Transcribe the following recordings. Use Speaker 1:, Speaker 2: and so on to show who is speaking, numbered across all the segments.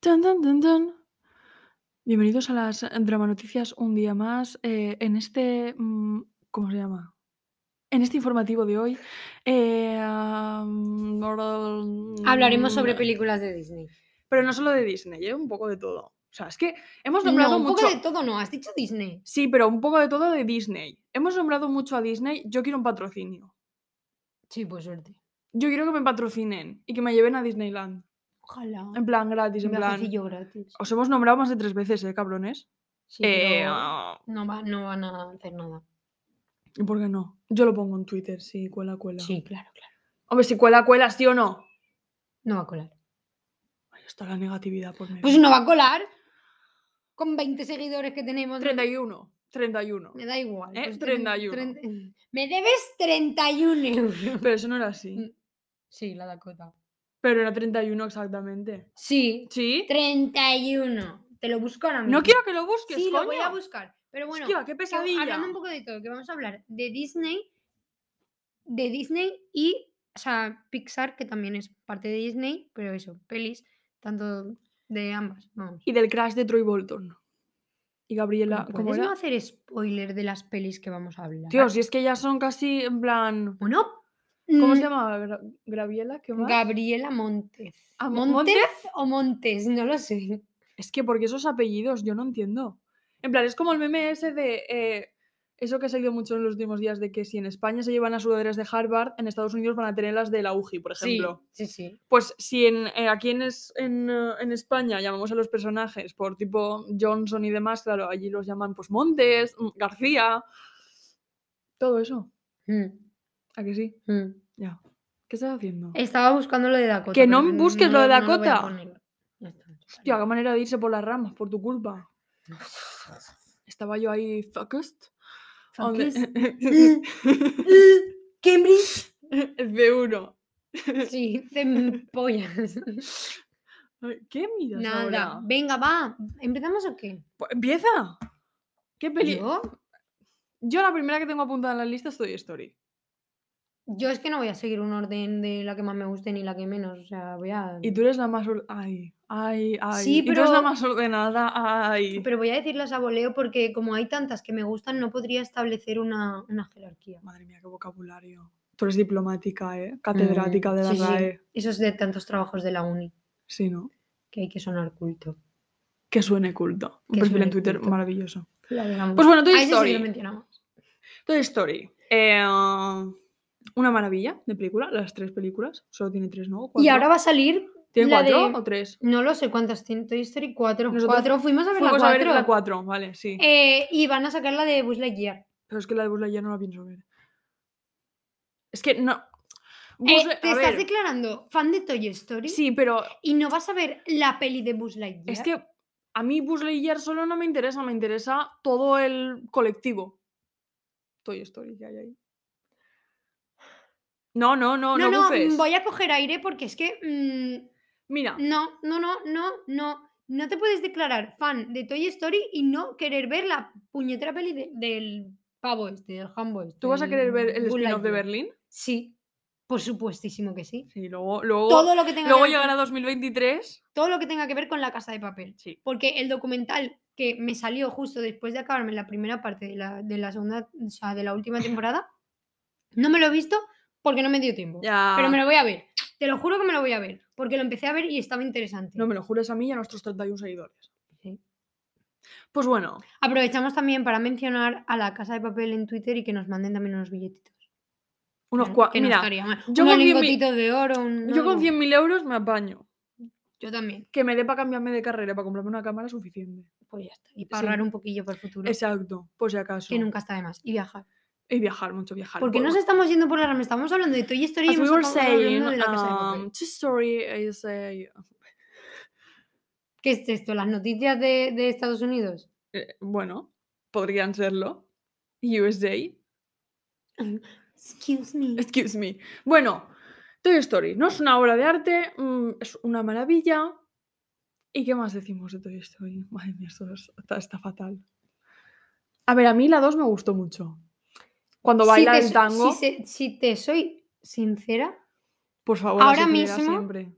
Speaker 1: Tan, tan, tan, tan. Bienvenidos a las Dramanoticias un día más. Eh, en este. mm, ¿Cómo se llama? En este informativo de hoy. eh, am,
Speaker 2: Hablaremos sobre
Speaker 1: mm,
Speaker 2: películas de Disney.
Speaker 1: Pero no solo de Disney, ¿eh? un poco de todo. O sea, es que hemos nombrado
Speaker 2: No, un
Speaker 1: mucho.
Speaker 2: poco de todo no, has dicho Disney.
Speaker 1: Sí, pero un poco de todo de Disney. Hemos nombrado mucho a Disney. Yo quiero un patrocinio.
Speaker 2: Sí, pues suerte.
Speaker 1: Yo quiero que me patrocinen y que me lleven a Disneyland.
Speaker 2: Ojalá.
Speaker 1: En plan gratis, en
Speaker 2: Un
Speaker 1: plan.
Speaker 2: viajecillo gratis.
Speaker 1: Os hemos nombrado más de tres veces, ¿eh, cabrones?
Speaker 2: Sí, pero
Speaker 1: Eh,
Speaker 2: no, va- no van a hacer nada.
Speaker 1: ¿Y por qué no? Yo lo pongo en Twitter, sí, cuela, cuela.
Speaker 2: Sí, claro, claro.
Speaker 1: Hombre, si cuela, cuela, sí o no.
Speaker 2: No va a colar.
Speaker 1: Ahí está la negatividad por medio.
Speaker 2: Pues no va a colar. Con 20 seguidores que tenemos.
Speaker 1: 31, 31.
Speaker 2: Me da igual.
Speaker 1: Eh,
Speaker 2: pues tienen
Speaker 1: 31.
Speaker 2: 30 Me debes 31 euros.
Speaker 1: Pero eso no era
Speaker 2: Mm.
Speaker 1: así.
Speaker 2: Sí, la Dakota.
Speaker 1: Pero era 31 exactamente.
Speaker 2: Sí,
Speaker 1: ¿Sí?
Speaker 2: 31. Te lo busco ahora mismo.
Speaker 1: No quiero que lo busques,
Speaker 2: Sí, lo voy a
Speaker 1: coño.
Speaker 2: buscar. Pero bueno,
Speaker 1: Hostia, qué
Speaker 2: que va-
Speaker 1: pesadilla.
Speaker 2: Hablando un poco de todo, que vamos a hablar de Disney, de Disney y, o sea, Pixar, que también es parte de Disney, pero eso, pelis, tanto de ambas, vamos.
Speaker 1: Y del crash de Troy Bolton. Y Gabriela,
Speaker 2: ¿Me
Speaker 1: ¿cómo
Speaker 2: ¿Puedes pues no
Speaker 1: era?
Speaker 2: hacer spoiler de las pelis que vamos a hablar?
Speaker 1: Tío, si es que ya son casi en plan.
Speaker 2: Bueno,
Speaker 1: ¿Cómo se
Speaker 2: mm,
Speaker 1: llama? Gra- ¿Graviela? ¿Qué más?
Speaker 2: Gabriela Montes.
Speaker 1: Ah, Mo-
Speaker 2: ¿Montes o Montes? No lo sé.
Speaker 1: Es que porque esos apellidos yo no entiendo. En plan, es como el meme ese de eh, eso que ha salido mucho en los últimos días de que si en España se llevan a sudaderas de Harvard, en Estados Unidos van a tener las de la UJI, por ejemplo.
Speaker 2: Sí, sí, sí.
Speaker 1: Pues si en, eh, aquí en, es- en, eh, en España llamamos a los personajes por tipo Johnson y demás, claro, allí los llaman pues Montes, mm, García, todo eso.
Speaker 2: Mm,
Speaker 1: ¿A que sí?
Speaker 2: mm.
Speaker 1: Ya. ¿Qué estás haciendo?
Speaker 2: Estaba buscando lo de Dakota.
Speaker 1: Que no
Speaker 2: pero
Speaker 1: busques lo de
Speaker 2: no voy a
Speaker 1: Dakota.
Speaker 2: poner. Ya está,
Speaker 1: Hostia, qué
Speaker 2: vale.
Speaker 1: manera de irse por las ramas, por tu culpa. Estaba yo ahí focused. on the-
Speaker 2: Cambridge.
Speaker 1: El B1.
Speaker 2: Sí, pollas.
Speaker 1: Ay, ¿Qué miras
Speaker 2: Nada.
Speaker 1: ahora?
Speaker 2: Venga, va. ¿Empezamos o qué?
Speaker 1: Pues empieza. ¿Qué peli? Yo?
Speaker 2: ¿Yo?
Speaker 1: la primera que tengo apuntada en la lista es Toy Story.
Speaker 2: Yo es que no voy a seguir un orden de la que más me guste ni la que menos. O sea, voy a.
Speaker 1: Y tú eres la más or- ay, ay, ay.
Speaker 2: Sí,
Speaker 1: Y tú eres la
Speaker 2: pero-
Speaker 1: más ordenada, ay.
Speaker 2: Pero voy a decirlas a voleo porque, como hay tantas que me gustan, no podría establecer una, una jerarquía.
Speaker 1: Madre mía, qué vocabulario. Tú eres diplomática, ¿eh? Catedrática de la
Speaker 2: Mm, sí, sí.
Speaker 1: RAE.
Speaker 2: Eso es de tantos trabajos de la uni
Speaker 1: Sí, ¿no?
Speaker 2: que hay que sonar culto.
Speaker 1: Que suene culto. Un
Speaker 2: Que
Speaker 1: perfil en
Speaker 2: suene
Speaker 1: Twitter
Speaker 2: culto.
Speaker 1: maravilloso.
Speaker 2: La de la
Speaker 1: Pues bueno, Toy
Speaker 2: Ah, ese sí que lo
Speaker 1: Story.
Speaker 2: mencionamos.
Speaker 1: Toy Story. Eh, una maravilla de película, las tres películas. Solo tiene tres, ¿no?
Speaker 2: Y
Speaker 1: ¿Cuatro?
Speaker 2: ahora va a salir.
Speaker 1: ¿Tiene
Speaker 2: la
Speaker 1: cuatro
Speaker 2: de-
Speaker 1: o tres?
Speaker 2: No lo sé cuántas tiene Toy Story 4.
Speaker 1: Nosotros
Speaker 2: Ah, cuatro, fuimos a ver
Speaker 1: Fuimos
Speaker 2: la
Speaker 1: a
Speaker 2: 4.
Speaker 1: ver la 4, vale, sí.
Speaker 2: Eh, y van a sacar la de Buzz Lightyear.
Speaker 1: Pero es que la de Buzz Lightyear no la pienso ver. Es que no. Buzz
Speaker 2: Eh,
Speaker 1: Li-
Speaker 2: te
Speaker 1: a
Speaker 2: estás
Speaker 1: ver,
Speaker 2: declarando fan de Toy Story
Speaker 1: Sí, pero
Speaker 2: y no vas a ver la peli de Buzz Lightyear.
Speaker 1: es que a mí Buzz Lightyear solo no me interesa, me interesa todo el colectivo. Toy Story, ya, ya. ya. No, no, no, no,
Speaker 2: no, no,
Speaker 1: bufes.
Speaker 2: voy a coger aire porque es que mm,
Speaker 1: Mira,
Speaker 2: no, no, no, no, no. No te puedes declarar fan de Toy Story y no querer ver la puñetera peli de- del pavo este, del jambo este.
Speaker 1: ¿tú vas a querer ver el
Speaker 2: Buzz
Speaker 1: spin-off de
Speaker 2: Lightyear.
Speaker 1: Berlín?
Speaker 2: Sí, por supuestísimo que sí.
Speaker 1: Sí, luego, luego,
Speaker 2: Todo lo que tenga que
Speaker 1: luego
Speaker 2: ver con-
Speaker 1: llegará 2023.
Speaker 2: todo lo que tenga que ver con la casa de papel.
Speaker 1: Sí.
Speaker 2: Porque el documental que me salió justo después de acabarme la primera parte de la, de la segunda, o sea, de la última temporada, no me lo he visto porque no me dio tiempo.
Speaker 1: Ya.
Speaker 2: Pero me lo voy a ver. Te lo juro que me lo voy a ver. Porque lo empecé a ver y estaba interesante.
Speaker 1: No me lo jures a mí y a nuestros 31 seguidores.
Speaker 2: Sí.
Speaker 1: Pues bueno,
Speaker 2: Aprovechamos también para mencionar a la casa de papel en Twitter y que nos manden también unos billetitos.
Speaker 1: unos
Speaker 2: que no-
Speaker 1: cuantos.
Speaker 2: que no
Speaker 1: Mira,
Speaker 2: estaría mal.
Speaker 1: yo confío
Speaker 2: Unos
Speaker 1: en mi-
Speaker 2: lingotitos de oro. un
Speaker 1: yo con
Speaker 2: algo.
Speaker 1: 100.000 euros me apaño.
Speaker 2: Yo también.
Speaker 1: Que me dé para cambiarme de carrera, para comprarme una cámara suficiente.
Speaker 2: Pues ya está. Y para
Speaker 1: Sí.
Speaker 2: ahorrar un poquillo para el futuro.
Speaker 1: Exacto, por si acaso.
Speaker 2: Que nunca está de más. Y viajar.
Speaker 1: Y viajar, mucho viajar.
Speaker 2: Porque
Speaker 1: por-
Speaker 2: nos estamos yendo por la rama, estamos hablando de Toy Story y
Speaker 1: As
Speaker 2: hemos
Speaker 1: we were
Speaker 2: acabado hablando
Speaker 1: saying,
Speaker 2: de la casa de papel.
Speaker 1: um, Toy Story is a-
Speaker 2: ¿Qué es esto? ¿Las noticias de, de Estados Unidos?
Speaker 1: eh, bueno, podrían serlo. USA.
Speaker 2: Excuse me.
Speaker 1: Excuse me. Bueno, Toy Story no es una obra de arte, mm, es una maravilla. ¿Y qué más decimos de Toy Story? Madre mía, esto es- está, está fatal. A ver, a mí la 2 me gustó mucho. Cuando
Speaker 2: Si
Speaker 1: baila
Speaker 2: te
Speaker 1: el
Speaker 2: so-
Speaker 1: tango,
Speaker 2: Si, se- si te soy sincera,
Speaker 1: por favor,
Speaker 2: ahora
Speaker 1: así que era
Speaker 2: mismo-
Speaker 1: siempre.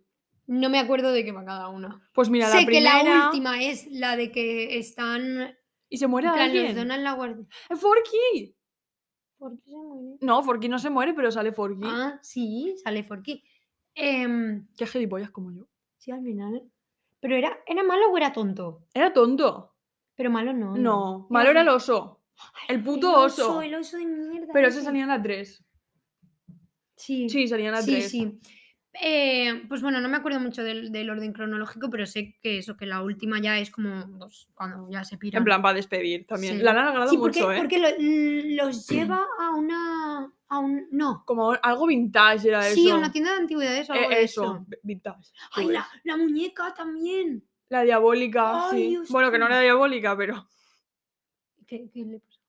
Speaker 2: No me acuerdo de qué va cada una.
Speaker 1: Pues mira,
Speaker 2: sé
Speaker 1: la primera...
Speaker 2: que la última es la de que están.
Speaker 1: Y se muere
Speaker 2: en plan,
Speaker 1: alguien.
Speaker 2: los donan la guardia.
Speaker 1: ¡Eh, ¡Forky!
Speaker 2: ¿Por qué se muere?
Speaker 1: No, Forky no se muere, pero sale Forky.
Speaker 2: Ah, sí, sale Forky. Em,
Speaker 1: Qué gilipollas como yo.
Speaker 2: sí, al final. Pero era, era malo o era tonto.
Speaker 1: Era tonto.
Speaker 2: Pero malo no.
Speaker 1: No, malo era el oso. El puto oso.
Speaker 2: Ah. El oso de mierda.
Speaker 1: Pero
Speaker 2: ese.
Speaker 1: ese salía en la 3.
Speaker 2: Sí.
Speaker 1: Sí, salía en la
Speaker 2: Sí,
Speaker 1: 3.
Speaker 2: sí. Eh, pues bueno, no me acuerdo mucho del, del orden cronológico, pero sé que eso, que la última ya es como pues, cuando ya se piran.
Speaker 1: En plan, para despedir también.
Speaker 2: Sí.
Speaker 1: La han agarrado
Speaker 2: sí, porque,
Speaker 1: mucho, ¿eh?
Speaker 2: porque lo- mm, los lleva a una. a un. No.
Speaker 1: Como algo vintage era
Speaker 2: Sí, a
Speaker 1: eso.
Speaker 2: una tienda de antigüedades o
Speaker 1: Eh,
Speaker 2: algo de
Speaker 1: eso,
Speaker 2: eso.
Speaker 1: vi- vintage.
Speaker 2: ¡Ay,
Speaker 1: pues.
Speaker 2: la, la muñeca también!
Speaker 1: La diabólica,
Speaker 2: Ay,
Speaker 1: sí.
Speaker 2: Dios
Speaker 1: Bueno, que no era
Speaker 2: mío.
Speaker 1: diabólica, pero
Speaker 2: ¿Qué, qué le pasó?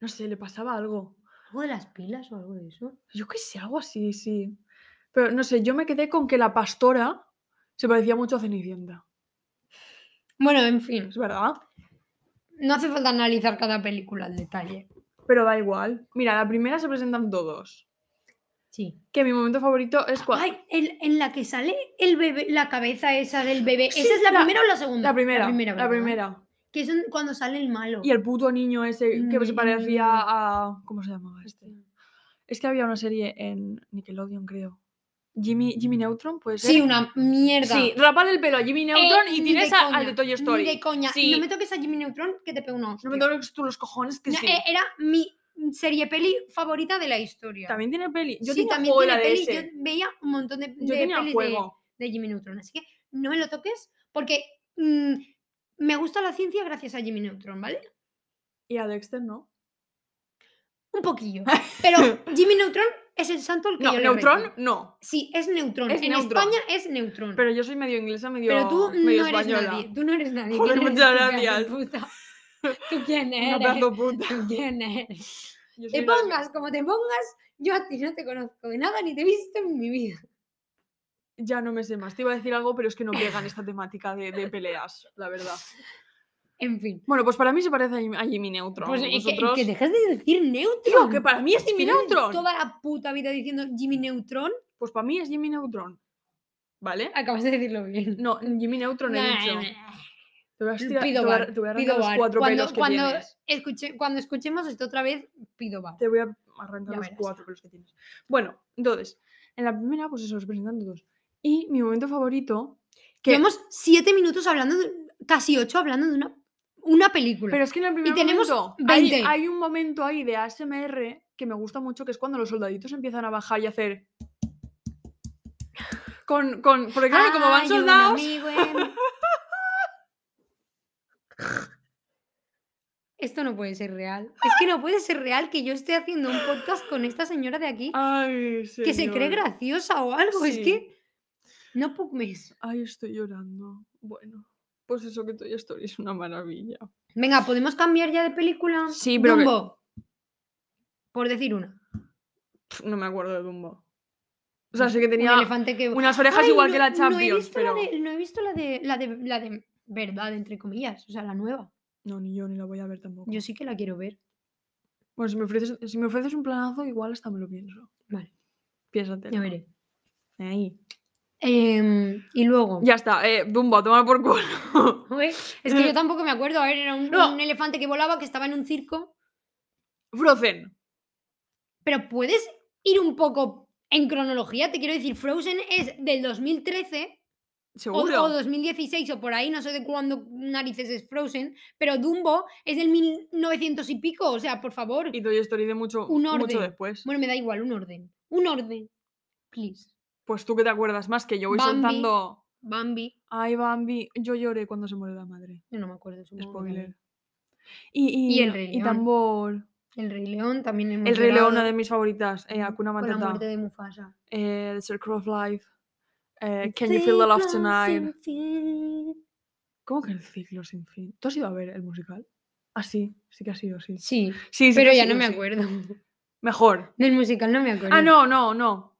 Speaker 1: no sé, le pasaba algo.
Speaker 2: ¿Algo de las pilas o algo de eso?
Speaker 1: Yo qué sé, algo así, sí. Pero no sé, yo me quedé con que la pastora se parecía mucho a Cenicienta.
Speaker 2: Bueno, en fin.
Speaker 1: Es verdad.
Speaker 2: No hace falta analizar cada película al detalle.
Speaker 1: Pero da igual. Mira, la primera se presentan todos.
Speaker 2: Sí.
Speaker 1: Que mi momento favorito es cuando.
Speaker 2: Ay, el- en la que sale el bebé, la cabeza esa del bebé.
Speaker 1: Sí,
Speaker 2: ¿Esa es la,
Speaker 1: la-
Speaker 2: primera o la segunda?
Speaker 1: La primera. La primera.
Speaker 2: ¿verdad? Que es un- cuando sale el malo.
Speaker 1: Y el puto niño ese que se parecía
Speaker 2: Mm.
Speaker 1: a. ¿Cómo se llamaba este? Es que había una serie en Nickelodeon, creo. Jimmy, Jimmy Neutron, puede ser.
Speaker 2: Mm. Sí, una mierda.
Speaker 1: Sí, rapar el pelo a Jimmy Neutron
Speaker 2: Eh,
Speaker 1: y
Speaker 2: ni
Speaker 1: tienes
Speaker 2: de
Speaker 1: a-
Speaker 2: coña,
Speaker 1: al de Toy
Speaker 2: ni
Speaker 1: Story.
Speaker 2: de coña.
Speaker 1: Sí.
Speaker 2: No me toques a Jimmy Neutron que te pego una
Speaker 1: No me
Speaker 2: hostia.
Speaker 1: toques tú los cojones que
Speaker 2: No,
Speaker 1: sí.
Speaker 2: eh, Era mi serie peli favorita de la historia.
Speaker 1: También tiene peli. Yo
Speaker 2: eh, sí,
Speaker 1: tenía
Speaker 2: también
Speaker 1: juego de
Speaker 2: tiene
Speaker 1: la
Speaker 2: peli.
Speaker 1: DS.
Speaker 2: Yo veía un montón de,
Speaker 1: Yo
Speaker 2: de
Speaker 1: tenía
Speaker 2: pelis de,
Speaker 1: juego.
Speaker 2: de Jimmy Neutron. Así que no me lo toques porque mm, me gusta la ciencia gracias a Jimmy Neutron, ¿vale?
Speaker 1: Y a Dexter no.
Speaker 2: Un poquillo. Pero Jimmy Neutron es el santo al que
Speaker 1: No,
Speaker 2: yo le
Speaker 1: Neutron
Speaker 2: rezo.
Speaker 1: no.
Speaker 2: Sí, es Neutron.
Speaker 1: Es
Speaker 2: en
Speaker 1: Neutron.
Speaker 2: España es Neutron.
Speaker 1: Pero yo soy medio inglesa, medio,
Speaker 2: Pero tú
Speaker 1: medio
Speaker 2: no eres
Speaker 1: española.
Speaker 2: nadie. Tú no eres nadie.
Speaker 1: Joder,
Speaker 2: ¿Quién eres
Speaker 1: muchas
Speaker 2: tú, pedazo de
Speaker 1: gracias.
Speaker 2: puta? ¿Tú quién
Speaker 1: Una
Speaker 2: eres? Eh, pues
Speaker 1: pedazo puta.
Speaker 2: ¿Tú quién eres?
Speaker 1: Yo soy
Speaker 2: Te
Speaker 1: la-
Speaker 2: pongas como te pongas, yo a ti no te conozco de nada ni te he visto en mi vida.
Speaker 1: Ya no me sé más. Te iba a decir algo, pero es que no pegan esta temática de, de peleas, la verdad.
Speaker 2: En fin.
Speaker 1: Bueno, pues para mí se parece a Jim- a Jimmy Neutron.
Speaker 2: Pues y que, y
Speaker 1: Vosotros-
Speaker 2: que dejes de decir Neutron.
Speaker 1: Tío, que para mí es Jimmy
Speaker 2: Que llevas
Speaker 1: Neutron.
Speaker 2: Toda la puta vida diciendo Jimmy Neutron.
Speaker 1: Pues para mí es Jimmy Neutron. ¿Vale?
Speaker 2: Acabas de decirlo bien.
Speaker 1: No, Jimmy Neutron he
Speaker 2: Nah,
Speaker 1: dicho.
Speaker 2: nah.
Speaker 1: Te voy a, estirar-
Speaker 2: Pido
Speaker 1: te voy a-
Speaker 2: bar,
Speaker 1: te voy a
Speaker 2: pido
Speaker 1: arrancar los
Speaker 2: bar.
Speaker 1: cuatro
Speaker 2: cuando,
Speaker 1: pelos que
Speaker 2: cuando
Speaker 1: tienes.
Speaker 2: escuche- cuando escuchemos esto otra vez, pido bar.
Speaker 1: Te voy a arrancar
Speaker 2: Ya
Speaker 1: los
Speaker 2: verás.
Speaker 1: cuatro pelos que tienes. Bueno, entonces, en la primera, pues eso, os presentan todos. Y mi momento favorito, que...
Speaker 2: Llevamos siete minutos hablando, de- casi ocho hablando de una, una película.
Speaker 1: Pero es que en el primer
Speaker 2: tenemos
Speaker 1: momento hay,
Speaker 2: 20.
Speaker 1: hay un momento ahí de ASMR que me gusta mucho, que es cuando los soldaditos empiezan a bajar y a hacer... Con, con, porque claro, como van
Speaker 2: Hay un
Speaker 1: soldados...
Speaker 2: amigo en- Esto no puede ser real. Es que no puede ser real que yo esté haciendo un podcast con esta señora de aquí
Speaker 1: Ay,
Speaker 2: que se cree
Speaker 1: señor.
Speaker 2: graciosa o algo. Es
Speaker 1: Sí.
Speaker 2: que no pugmes.
Speaker 1: Ay, estoy llorando. Bueno, pues eso que Toy Story es una maravilla.
Speaker 2: Venga, ¿podemos cambiar ya de película?
Speaker 1: Sí, pero que-
Speaker 2: Dumbo. Por decir una.
Speaker 1: Pf, no me acuerdo de Dumbo. O sea, sé que
Speaker 2: Un
Speaker 1: tenía
Speaker 2: elefante que
Speaker 1: unas orejas
Speaker 2: Ay,
Speaker 1: igual que
Speaker 2: no-
Speaker 1: la Champions,
Speaker 2: No he visto,
Speaker 1: pero...
Speaker 2: la, de, no he visto la, de, la, de, la de verdad, entre comillas, o sea, la nueva.
Speaker 1: No, ni yo ni la voy a ver tampoco.
Speaker 2: Yo sí que la quiero ver.
Speaker 1: Bueno, si me, ofreces, si me ofreces un planazo, igual hasta me lo pienso.
Speaker 2: Vale,
Speaker 1: Piénsate.
Speaker 2: ya veré.
Speaker 1: Ahí.
Speaker 2: Em, y luego...
Speaker 1: Ya está, eh, Dumbo, a tomar por culo.
Speaker 2: Joder, es que yo tampoco me acuerdo. A ver, era un,
Speaker 1: Mm. No.
Speaker 2: un elefante que volaba, que estaba en un circo.
Speaker 1: Frozen.
Speaker 2: Pero puedes ir un poco en cronología. Te quiero decir, Frozen es del 2013 o,
Speaker 1: Seguro.
Speaker 2: o 2016 o por ahí. No sé de cuándo narices es Frozen. Pero Dumbo es del 1900 y pico. O sea, por favor.
Speaker 1: Y Toy Story de mucho,
Speaker 2: Un
Speaker 1: mucho
Speaker 2: orden.
Speaker 1: después.
Speaker 2: Bueno, me da igual, un orden. Un orden. Please.
Speaker 1: Pues tú que te acuerdas más que yo voy
Speaker 2: Bambi.
Speaker 1: soltando.
Speaker 2: Bambi.
Speaker 1: Ay, Bambi. Yo lloré cuando se muere la madre.
Speaker 2: Yo no me acuerdo. supongo que
Speaker 1: Spoiler. Y, y,
Speaker 2: Y el Rey León.
Speaker 1: Tambor.
Speaker 2: El Rey León también hemos
Speaker 1: El Rey León, una
Speaker 2: llorado
Speaker 1: de mis favoritas. Eh, Hakuna
Speaker 2: Con la muerte
Speaker 1: Matata.
Speaker 2: de Mufasa.
Speaker 1: Eh, The Circle of Life. Eh, Can You Feel the Love Tonight? ¿Cómo que el ciclo sin fin? ¿Tú has ido a ver el musical? Ah, sí, sí que has ido, sí.
Speaker 2: Sí,
Speaker 1: Sí, sí que
Speaker 2: pero
Speaker 1: has
Speaker 2: ya no
Speaker 1: ido,
Speaker 2: me
Speaker 1: sí.
Speaker 2: acuerdo.
Speaker 1: Mejor.
Speaker 2: Del musical no me acuerdo.
Speaker 1: Ah, no, no, no.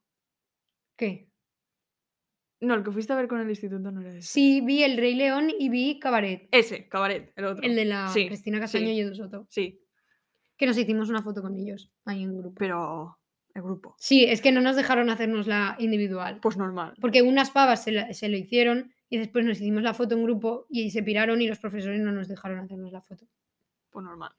Speaker 2: ¿Qué?
Speaker 1: No, el que fuiste a ver con el instituto no era ese.
Speaker 2: Sí, vi El Rey León y vi Cabaret.
Speaker 1: Ese, cabaret, el otro.
Speaker 2: El de la
Speaker 1: Sí,
Speaker 2: Cristina Castaño
Speaker 1: sí.
Speaker 2: y Edu Soto.
Speaker 1: Sí,
Speaker 2: Que nos hicimos una foto con ellos ahí en grupo.
Speaker 1: pero el grupo.
Speaker 2: Sí, es que no nos dejaron hacernos la individual.
Speaker 1: Pues normal.
Speaker 2: Porque unas pavas se, la- se lo hicieron y después nos hicimos la foto en grupo y se piraron y los profesores no nos dejaron hacernos la foto.
Speaker 1: Pues normal.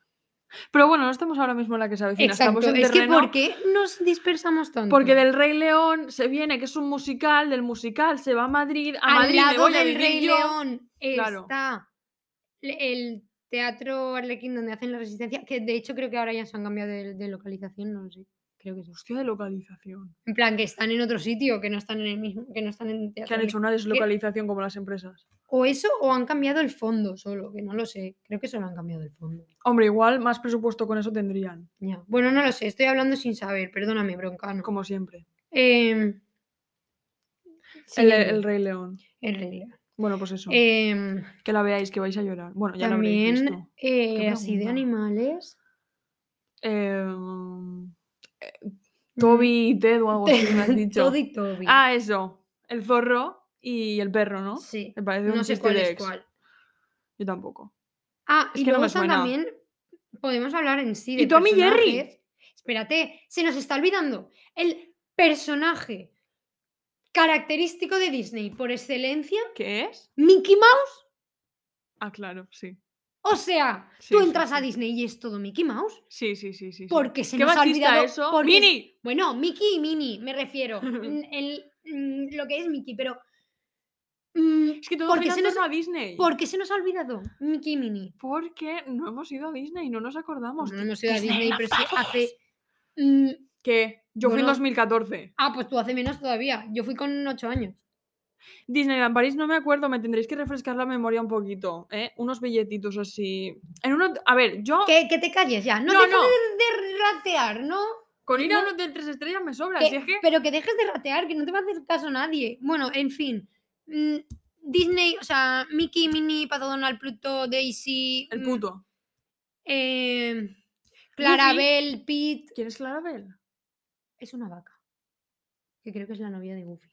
Speaker 1: Pero bueno, no estamos ahora mismo en la que se avecina.
Speaker 2: Exacto.
Speaker 1: Estamos en
Speaker 2: Es que
Speaker 1: terreno
Speaker 2: ¿por qué nos dispersamos tanto?
Speaker 1: porque del Rey León se viene, que es un musical, del musical se va a Madrid, a
Speaker 2: Al
Speaker 1: Madrid me
Speaker 2: lado
Speaker 1: voy a
Speaker 2: del
Speaker 1: vivir
Speaker 2: Rey
Speaker 1: yo.
Speaker 2: León
Speaker 1: Claro.
Speaker 2: está le- el teatro Arlequín donde hacen la resistencia, que de hecho creo que ahora ya se han cambiado de, de localización, no lo sé. Creo que sí.
Speaker 1: Hostia de localización.
Speaker 2: En plan, que están en otro sitio, que no están en el mismo, que no están en
Speaker 1: Que
Speaker 2: teatro.
Speaker 1: han hecho
Speaker 2: Arlequín.
Speaker 1: una deslocalización como las empresas.
Speaker 2: O eso, o han cambiado el fondo solo, que no lo sé. Creo que solo han cambiado el fondo.
Speaker 1: Hombre, igual más presupuesto con eso tendrían,
Speaker 2: Ya. Bueno, no lo sé, estoy hablando sin saber, perdóname, broncano.
Speaker 1: como siempre.
Speaker 2: Em,
Speaker 1: El,
Speaker 2: siguiente,
Speaker 1: el Rey León.
Speaker 2: el Rey León.
Speaker 1: Bueno, pues eso.
Speaker 2: Em,
Speaker 1: que la veáis, que vais a llorar. Bueno, ya la habréis
Speaker 2: también,
Speaker 1: visto.
Speaker 2: eh,
Speaker 1: Qué
Speaker 2: así de
Speaker 1: pregunta.
Speaker 2: animales.
Speaker 1: Em,
Speaker 2: mm,
Speaker 1: Toby y Ted o algo así me has dicho.
Speaker 2: Todd y Toby.
Speaker 1: Ah, eso. El zorro y el perro, ¿no?
Speaker 2: sí.
Speaker 1: Me parece
Speaker 2: No
Speaker 1: un
Speaker 2: sé
Speaker 1: chiste
Speaker 2: cuál
Speaker 1: de
Speaker 2: es
Speaker 1: ex.
Speaker 2: cuál.
Speaker 1: Yo tampoco.
Speaker 2: Ah,
Speaker 1: Es
Speaker 2: y
Speaker 1: que no
Speaker 2: luego
Speaker 1: me
Speaker 2: están
Speaker 1: suena.
Speaker 2: también. Podemos hablar en sí.
Speaker 1: ¿Y
Speaker 2: de
Speaker 1: Tom y Jerry?
Speaker 2: personajes. Espérate, se nos está olvidando. El personaje característico de Disney por excelencia,
Speaker 1: ¿Qué es?
Speaker 2: Mickey Mouse.
Speaker 1: Ah, claro, sí.
Speaker 2: O sea,
Speaker 1: Sí,
Speaker 2: tú
Speaker 1: sí,
Speaker 2: entras a
Speaker 1: sí.
Speaker 2: Disney y es todo Mickey Mouse.
Speaker 1: Sí, sí, sí, sí. sí.
Speaker 2: Porque se
Speaker 1: ¿Qué
Speaker 2: nos ha
Speaker 1: machista
Speaker 2: olvidado.
Speaker 1: eso?
Speaker 2: porque-
Speaker 1: ¡Mini!
Speaker 2: Bueno, Mickey y Minnie, me refiero. mm, el- mm, lo que es Mickey, pero. mm,
Speaker 1: Es que todo
Speaker 2: Porque
Speaker 1: gira en
Speaker 2: se nos-
Speaker 1: torno a Disney.
Speaker 2: ¿Por qué se nos ha olvidado Mickey y Minnie?
Speaker 1: Porque no hemos ido a Disney, no nos acordamos.
Speaker 2: No hemos ido a Disney,
Speaker 1: no
Speaker 2: pero sí hace.
Speaker 1: puedes.
Speaker 2: Mm,
Speaker 1: ¿Qué? Yo fui en
Speaker 2: Bueno.
Speaker 1: 2014.
Speaker 2: Ah, pues tú hace menos todavía. Yo fui con 8 años.
Speaker 1: Disneyland París no me acuerdo, me tendréis que refrescar la memoria un poquito, ¿eh? Unos billetitos así. En uno, a ver, yo
Speaker 2: Que, que te calles ya. No,
Speaker 1: No,
Speaker 2: dejes
Speaker 1: no.
Speaker 2: De, de ratear, ¿no?
Speaker 1: con ir a
Speaker 2: no.
Speaker 1: un hotel tres estrellas me sobra,
Speaker 2: Que-
Speaker 1: si es que
Speaker 2: Pero que dejes de ratear, que no te va a hacer caso nadie. Bueno, en fin. Mm, Disney, o sea, Mickey, Minnie, Pato Donald, Pluto, Daisy.
Speaker 1: el
Speaker 2: mm,
Speaker 1: puto.
Speaker 2: eh, Clarabel, Pete.
Speaker 1: ¿Quién es Clarabel?
Speaker 2: Es una vaca. Que creo que es la novia de Goofy.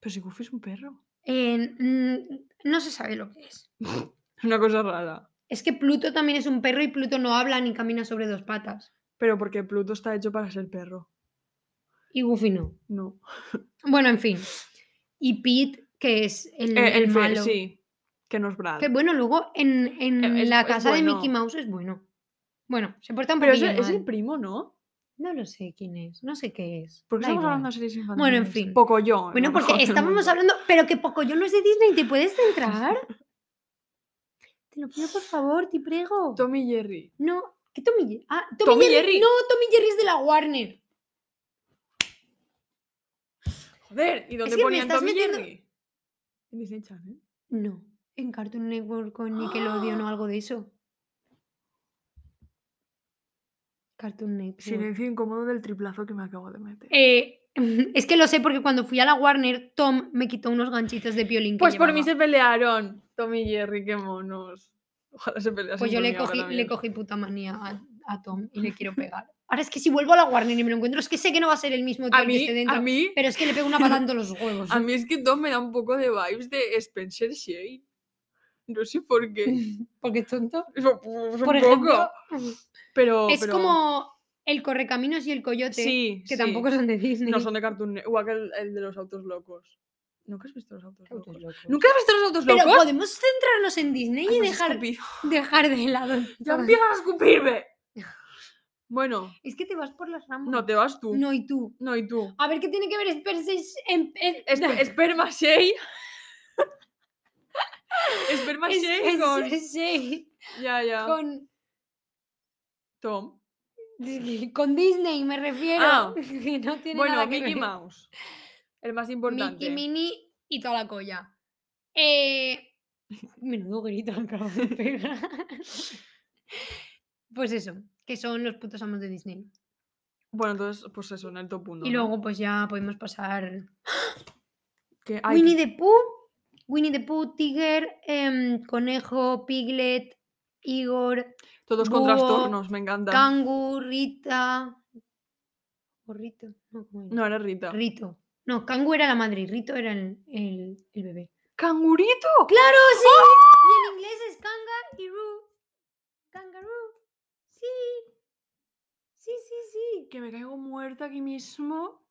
Speaker 1: Pero si Goofy es un perro.
Speaker 2: Eh, mm, no se sabe lo que es.
Speaker 1: Es una cosa rara.
Speaker 2: Es que Pluto también es un perro y Pluto no habla ni camina sobre dos patas.
Speaker 1: Pero porque Pluto está hecho para ser perro.
Speaker 2: Y Goofy no.
Speaker 1: No.
Speaker 2: Bueno, en fin. Y Pete, que es el,
Speaker 1: Eh,
Speaker 2: el
Speaker 1: el fe-
Speaker 2: Mm, malo.
Speaker 1: sí. Que no es Brad.
Speaker 2: Que bueno, luego en, en
Speaker 1: Eh, es-
Speaker 2: la
Speaker 1: es
Speaker 2: casa de Mickey
Speaker 1: bueno.
Speaker 2: Mouse es bueno. Bueno, se porta un
Speaker 1: Pero es,
Speaker 2: poquillo
Speaker 1: es el
Speaker 2: mal.
Speaker 1: primo, ¿no?
Speaker 2: No lo sé quién es, no sé qué es.
Speaker 1: Porque
Speaker 2: da
Speaker 1: estamos
Speaker 2: igual.
Speaker 1: hablando de series infantiles.
Speaker 2: Bueno, en fin.
Speaker 1: Poco yo.
Speaker 2: Bueno, porque estábamos hablando, pero que poco yo no es de Disney, ¿te puedes centrar? Te lo pido por favor, te prego.
Speaker 1: Tommy Jerry.
Speaker 2: No, ¿qué Tommy Jerry? Ah, Tommy,
Speaker 1: Tom y
Speaker 2: Jerry.
Speaker 1: Jerry.
Speaker 2: No, Tommy Jerry es de la Warner.
Speaker 1: Joder, ¿y dónde
Speaker 2: que me
Speaker 1: ponían
Speaker 2: estás
Speaker 1: Tommy
Speaker 2: metiendo-
Speaker 1: Jerry? En Disney Channel.
Speaker 2: No, en Cartoon Network o en
Speaker 1: ¡Ah!
Speaker 2: Nickelodeon o algo de eso. Cartoon Network.
Speaker 1: Silencio incómodo del triplazo que me acabo de meter.
Speaker 2: Eh, es que lo sé porque cuando fui a la Warner, Tom me quitó unos ganchitos de violín. que
Speaker 1: pues por mí
Speaker 2: llevaba.
Speaker 1: se pelearon. Tommy Jerry, qué monos. Ojalá se peleasen.
Speaker 2: Pues yo le
Speaker 1: conmigo
Speaker 2: cogí,
Speaker 1: ahora
Speaker 2: le
Speaker 1: también.
Speaker 2: cogí puta manía a, a Tom y le quiero pegar. Ahora es que si vuelvo a la Warner y me lo encuentro, es que sé que no va a ser el mismo tío
Speaker 1: A
Speaker 2: el que
Speaker 1: mí,
Speaker 2: esté
Speaker 1: a
Speaker 2: dentro.
Speaker 1: mí,
Speaker 2: Pero es que le pego una patada en todos los huevos.
Speaker 1: a mí es que Tom me da un poco de vibes de Spencer Shea. No sé por qué.
Speaker 2: Porque es tonto.
Speaker 1: Es un- es un poco.
Speaker 2: Por ejemplo,
Speaker 1: Pero,
Speaker 2: es
Speaker 1: pero-
Speaker 2: como el Correcaminos y el Coyote,
Speaker 1: Sí,
Speaker 2: que
Speaker 1: sí.
Speaker 2: tampoco son de Disney.
Speaker 1: No son de Cartoon Network. O aquel el de los autos locos. ¿Nunca has visto los autos
Speaker 2: Autos
Speaker 1: locos?
Speaker 2: locos.
Speaker 1: Pues, ¿Nunca has visto los autos
Speaker 2: Pero
Speaker 1: locos?
Speaker 2: podemos centrarnos en Disney y
Speaker 1: Has
Speaker 2: dejar,
Speaker 1: escupido.
Speaker 2: dejar de lado.
Speaker 1: ¡Ya
Speaker 2: todo.
Speaker 1: empiezas a escupirme! Bueno,
Speaker 2: Es que te vas por las ramas.
Speaker 1: no, te vas tú. No,
Speaker 2: No, y tú.
Speaker 1: y tú.
Speaker 2: A ver qué tiene que ver Spencer en, en-
Speaker 1: Espe- esperma Shea. esperma
Speaker 2: es-
Speaker 1: Shea
Speaker 2: es-
Speaker 1: con...
Speaker 2: es- es-
Speaker 1: Ya, ya.
Speaker 2: con
Speaker 1: Tom.
Speaker 2: con Disney me refiero.
Speaker 1: Ah.
Speaker 2: que no tiene
Speaker 1: Bueno,
Speaker 2: nada que
Speaker 1: Mickey
Speaker 2: ver.
Speaker 1: Mouse. El más importante.
Speaker 2: Mickey, Minnie y toda la colla. Eh... Menudo grito me acabo de pegar. pues eso, que son los putos amos de Disney.
Speaker 1: Bueno, entonces, pues eso, en el top 1.
Speaker 2: y luego pues ya podemos pasar
Speaker 1: Que hay...
Speaker 2: Winnie the Pooh, Winnie the Pooh, Tiger, em, Conejo, Piglet, Igor,
Speaker 1: Todos con
Speaker 2: Búho,
Speaker 1: trastornos, me encanta.
Speaker 2: Kangu, Rita. ¿O Rito? No, ¿cómo era?
Speaker 1: No, era Rita.
Speaker 2: Rito. No, Kangu era la madre y Rito era el, el- el bebé.
Speaker 1: ¡Cangurito!
Speaker 2: ¡Claro, sí! Y en inglés es Kanga y Ru. Kangaroo. Sí. Sí, sí, sí.
Speaker 1: que me caigo muerta aquí mismo.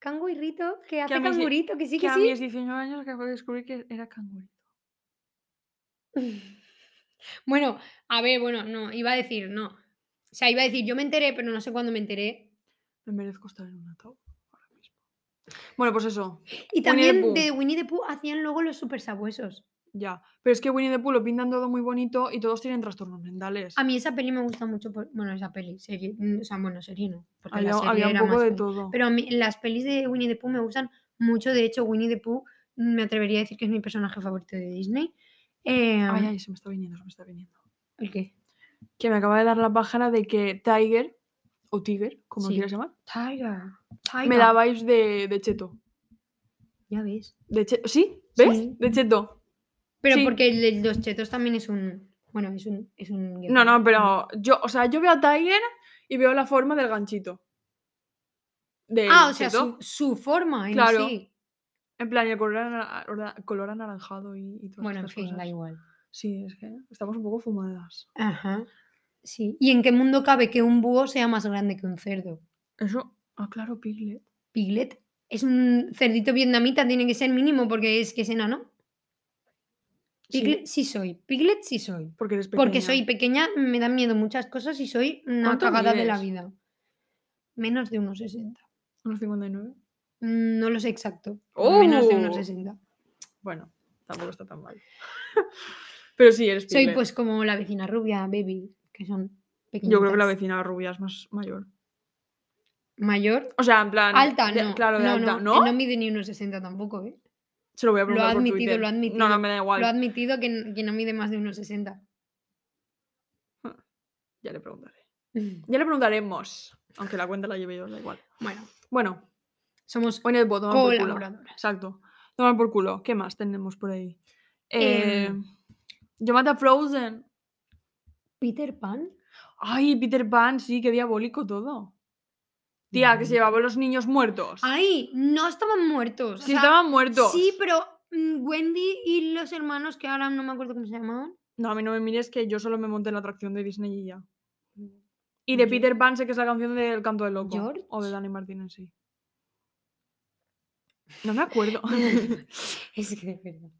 Speaker 2: Cango y Rito, que hace
Speaker 1: a mis die-
Speaker 2: cangurito, que sí,
Speaker 1: que
Speaker 2: que
Speaker 1: a
Speaker 2: sí.
Speaker 1: mis 19 años acabo de descubrir que era cangurito.
Speaker 2: Bueno, a ver, bueno, no, iba a decir, no. O sea, iba a decir, yo me enteré, pero no sé cuándo me enteré.
Speaker 1: Me merezco estar en un ataúd ahora mismo. Bueno, pues eso,
Speaker 2: Y
Speaker 1: the
Speaker 2: también
Speaker 1: Pooh.
Speaker 2: de Winnie the Pooh hacían luego los super sabuesos.
Speaker 1: ya. Pero es que Winnie the Pooh lo pintan todo muy bonito y todos tienen trastornos mentales.
Speaker 2: A mí esa peli me gusta mucho, por- bueno, esa peli, serie, mm, o sea, bueno, serie no, porque
Speaker 1: había,
Speaker 2: la serie
Speaker 1: había un
Speaker 2: era
Speaker 1: poco
Speaker 2: más
Speaker 1: de
Speaker 2: peli.
Speaker 1: todo.
Speaker 2: Pero a mí las pelis de Winnie the Pooh me gustan mucho, de hecho, Winnie the Pooh mm, me atrevería a decir que es mi personaje favorito de Disney. Eh,
Speaker 1: Ay, ay, se me está viniendo, se me está viniendo.
Speaker 2: ¿El qué?
Speaker 1: Que me acaba de dar la pájara de que Tiger, o Tiger, como
Speaker 2: Sí.
Speaker 1: quieras llamar,
Speaker 2: Tiger. Tiger.
Speaker 1: me daba vibes de, de Cheto.
Speaker 2: Ya ves.
Speaker 1: De Che- ¿Sí? ¿Ves?
Speaker 2: Sí.
Speaker 1: De Cheto.
Speaker 2: Pero
Speaker 1: Sí.
Speaker 2: porque el de los chetos también es un. Bueno, es un. Es un
Speaker 1: No, no,
Speaker 2: guerrero.
Speaker 1: pero yo, o sea, yo veo a Tiger y veo la forma del ganchito. Del
Speaker 2: Ah, o sea,
Speaker 1: Cheto.
Speaker 2: su, su forma en
Speaker 1: Claro.
Speaker 2: sí.
Speaker 1: En plan, y el color, ana- ara- color anaranjado y, y todas
Speaker 2: Bueno, en
Speaker 1: estas
Speaker 2: fin, da
Speaker 1: cosas.
Speaker 2: igual.
Speaker 1: Sí, es que estamos un poco fumadas.
Speaker 2: Ajá. Sí. ¿Y en qué mundo cabe que un búho sea más grande que un cerdo?
Speaker 1: Eso, ah, claro, Piglet.
Speaker 2: Piglet es un cerdito vietnamita, tiene que ser mínimo porque es que es enano.
Speaker 1: Sí,
Speaker 2: Piglet sí, soy. Piglet sí soy.
Speaker 1: porque eres
Speaker 2: Porque soy
Speaker 1: pequeña.
Speaker 2: pequeña, me dan miedo muchas cosas y soy una
Speaker 1: ¿Cuánto
Speaker 2: cagada de la
Speaker 1: mides?
Speaker 2: vida. Menos de unos 60.
Speaker 1: Unos 59.
Speaker 2: Mm, No lo sé exacto. pero Menos de unos
Speaker 1: ¡Oh!
Speaker 2: 60.
Speaker 1: Bueno, tampoco está tan mal. Pero sí, eres
Speaker 2: Soy
Speaker 1: Piglet.
Speaker 2: pues como la vecina rubia, baby, que son pequeñitas.
Speaker 1: Yo creo que la vecina rubia es más mayor.
Speaker 2: Mayor,
Speaker 1: O sea, en plan.
Speaker 2: alta,
Speaker 1: de-
Speaker 2: no.
Speaker 1: Ah, Claro, de
Speaker 2: no,
Speaker 1: alta.
Speaker 2: No,
Speaker 1: ¿No?
Speaker 2: que no mide ni unos 60 tampoco, ¿eh?
Speaker 1: Se lo voy a
Speaker 2: lo ha
Speaker 1: preguntar. por
Speaker 2: admitido,
Speaker 1: Twitter.
Speaker 2: lo ha
Speaker 1: No, no,
Speaker 2: admitido,
Speaker 1: me da
Speaker 2: Lo ha
Speaker 1: igual.
Speaker 2: admitido que, n- que no mide más de unos 60.
Speaker 1: Ya le preguntaré. Ya le preguntaremos. Aunque la cuenta la lleve yo, da igual.
Speaker 2: Bueno,
Speaker 1: Bueno,
Speaker 2: somos
Speaker 1: hoy en el bot, tomar por culo.
Speaker 2: Colaboradoras.
Speaker 1: Exacto. Tomar por culo. ¿Qué más tenemos por ahí? Eh,
Speaker 2: Em.
Speaker 1: yo maté a Frozen.
Speaker 2: Peter Pan.
Speaker 1: Ay, Peter Pan, sí, qué diabólico todo. Tía, que se
Speaker 2: Diabólico.
Speaker 1: llevaba los niños muertos.
Speaker 2: Ay, no estaban muertos. o
Speaker 1: sí,
Speaker 2: sea,
Speaker 1: estaban muertos.
Speaker 2: Sí, pero mm, Wendy y los hermanos que ahora no me acuerdo cómo se llamaban.
Speaker 1: No, a mí no me mires que yo solo me monté en la atracción de Disney y ya. Y de
Speaker 2: Yo-
Speaker 1: Peter Pan sé que es la canción del canto del loco. O de
Speaker 2: George.
Speaker 1: Dani Martínez, sí. No me acuerdo.
Speaker 2: es que de verdad.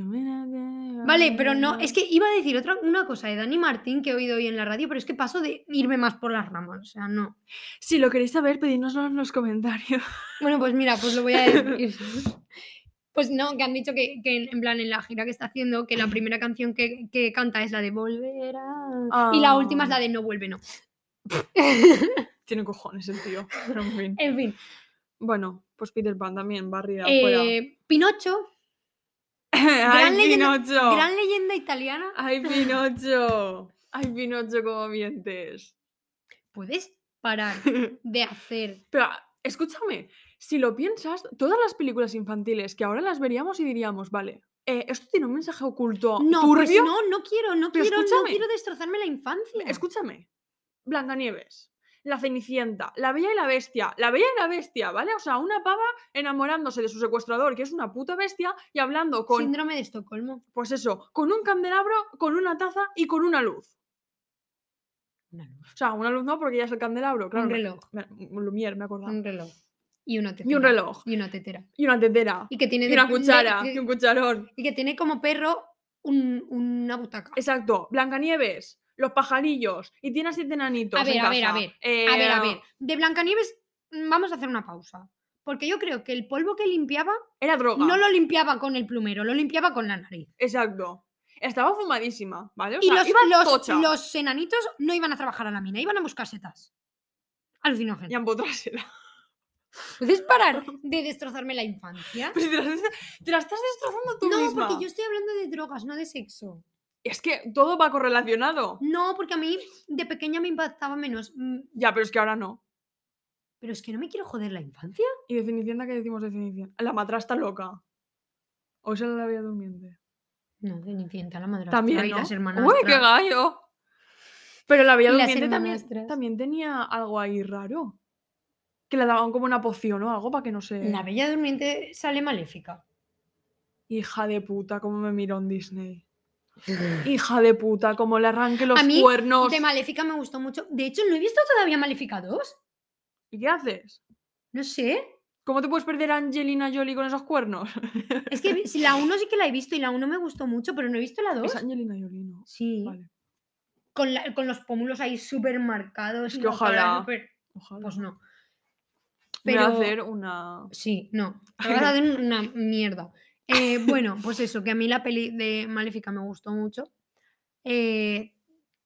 Speaker 2: Vale, pero no, es que iba a decir otra una cosa de Dani Martín que he oído hoy en la radio, pero es que paso de irme más por las ramas, o sea, no.
Speaker 1: Si lo queréis saber, pedidnoslo en los comentarios.
Speaker 2: Bueno, pues mira, pues lo voy a decir. Pues no, que han dicho que, que en- en plan en la gira que está haciendo, que la primera canción que, que canta es la de Volverá y la última es la
Speaker 1: Ah.
Speaker 2: de No vuelve, no.
Speaker 1: Tiene cojones el tío. pero en fin.
Speaker 2: En fin,
Speaker 1: Bueno, pues Peter Pan también, barrida afuera.
Speaker 2: eh, Pinocho,
Speaker 1: ¡Ay,
Speaker 2: gran leyenda-
Speaker 1: Pinocho!
Speaker 2: gran leyenda italiana.
Speaker 1: ¡Ay, Pinocho! ¡Ay, Pinocho, como mientes!
Speaker 2: ¿Puedes parar de hacer?
Speaker 1: Pero ah, escúchame, si lo piensas, todas las películas infantiles que ahora las veríamos y diríamos, vale, eh, esto tiene un mensaje oculto
Speaker 2: No,
Speaker 1: Oh, turbio.
Speaker 2: pues no, no quiero, no
Speaker 1: Pero
Speaker 2: quiero, no
Speaker 1: escúchame.
Speaker 2: quiero destrozarme la infancia.
Speaker 1: Escúchame, Blancanieves, la Cenicienta, la Bella y la Bestia, la Bella y la Bestia, ¿vale? O sea, una pava enamorándose de su secuestrador, que es una puta bestia, y hablando con,
Speaker 2: Síndrome de Estocolmo.
Speaker 1: pues eso, con un candelabro, con una taza y con una luz. O sea, una luz no, porque ya es el candelabro, claro.
Speaker 2: un
Speaker 1: me-
Speaker 2: reloj.
Speaker 1: me- un Lumière, me acordaba.
Speaker 2: Un reloj. Y una tetera.
Speaker 1: Y un reloj,
Speaker 2: Y una tetera.
Speaker 1: y una tetera,
Speaker 2: Y que tiene
Speaker 1: y
Speaker 2: de-
Speaker 1: una
Speaker 2: de-
Speaker 1: cuchara,
Speaker 2: que-
Speaker 1: y un cucharón.
Speaker 2: y que tiene como perro un- una butaca.
Speaker 1: Exacto, Blancanieves, los pajarillos y tiene a siete enanitos.
Speaker 2: A ver,
Speaker 1: en
Speaker 2: a ver, a
Speaker 1: casa.
Speaker 2: ver, A ver, a
Speaker 1: Eh,
Speaker 2: ver. De Blancanieves mm, vamos a hacer una pausa. Porque yo creo que el polvo que limpiaba
Speaker 1: Era droga.
Speaker 2: no lo limpiaba con el plumero, lo limpiaba con la nariz.
Speaker 1: Exacto. Estaba fumadísima, ¿vale? O
Speaker 2: Y
Speaker 1: sea,
Speaker 2: los,
Speaker 1: iba
Speaker 2: los,
Speaker 1: tocha.
Speaker 2: los enanitos no iban a trabajar a la mina, iban a buscar setas.
Speaker 1: Y
Speaker 2: Alucinógeno.
Speaker 1: a empotrársela.
Speaker 2: ¿Puedes parar de destrozarme la infancia?
Speaker 1: Pero si te, la, te la estás destrozando tú
Speaker 2: No,
Speaker 1: misma.
Speaker 2: porque yo estoy hablando de drogas, no de sexo.
Speaker 1: Es que todo va correlacionado.
Speaker 2: No, porque a mí de pequeña me impactaba menos. Mm,
Speaker 1: Ya, pero es que ahora no.
Speaker 2: Pero es que no me quiero joder la infancia.
Speaker 1: ¿Y de Cenicienta qué decimos de Cenicienta? La matrasta loca. O es la bella durmiente.
Speaker 2: No, Cenicienta, la madrastra
Speaker 1: También,
Speaker 2: y
Speaker 1: ¿no?
Speaker 2: las hermanas.
Speaker 1: ¡Uy, qué gallo! Pero la bella
Speaker 2: Y las
Speaker 1: durmiente también,
Speaker 2: hermanastras.
Speaker 1: también tenía algo ahí raro. Que le daban como una poción o algo para que no se...
Speaker 2: La Bella Durmiente sale maléfica.
Speaker 1: Hija de puta, cómo me miró en Disney. Hija de puta, como le arranque los
Speaker 2: A mí,
Speaker 1: cuernos.
Speaker 2: De Maléfica me gustó mucho. De hecho, no he visto todavía Maléfica 2.
Speaker 1: ¿Y qué haces?
Speaker 2: No sé.
Speaker 1: ¿Cómo te puedes perder a Angelina Jolie con esos cuernos?
Speaker 2: Es que vi- si la 1 sí que la he visto y la 1 me gustó mucho, pero no he visto la 2.
Speaker 1: Es Angelina Jolie, ¿no?
Speaker 2: Sí.
Speaker 1: Vale.
Speaker 2: Con, la- con los pómulos ahí súper marcados.
Speaker 1: Es
Speaker 2: y
Speaker 1: que
Speaker 2: la cara
Speaker 1: ojalá.
Speaker 2: súper-
Speaker 1: Ojalá.
Speaker 2: Pues no.
Speaker 1: Me voy a
Speaker 2: Pero
Speaker 1: hacer una.
Speaker 2: sí, no. Te vas a hacer una mierda. Eh, bueno, pues eso, que a mí la peli de Maléfica me gustó mucho. Eh,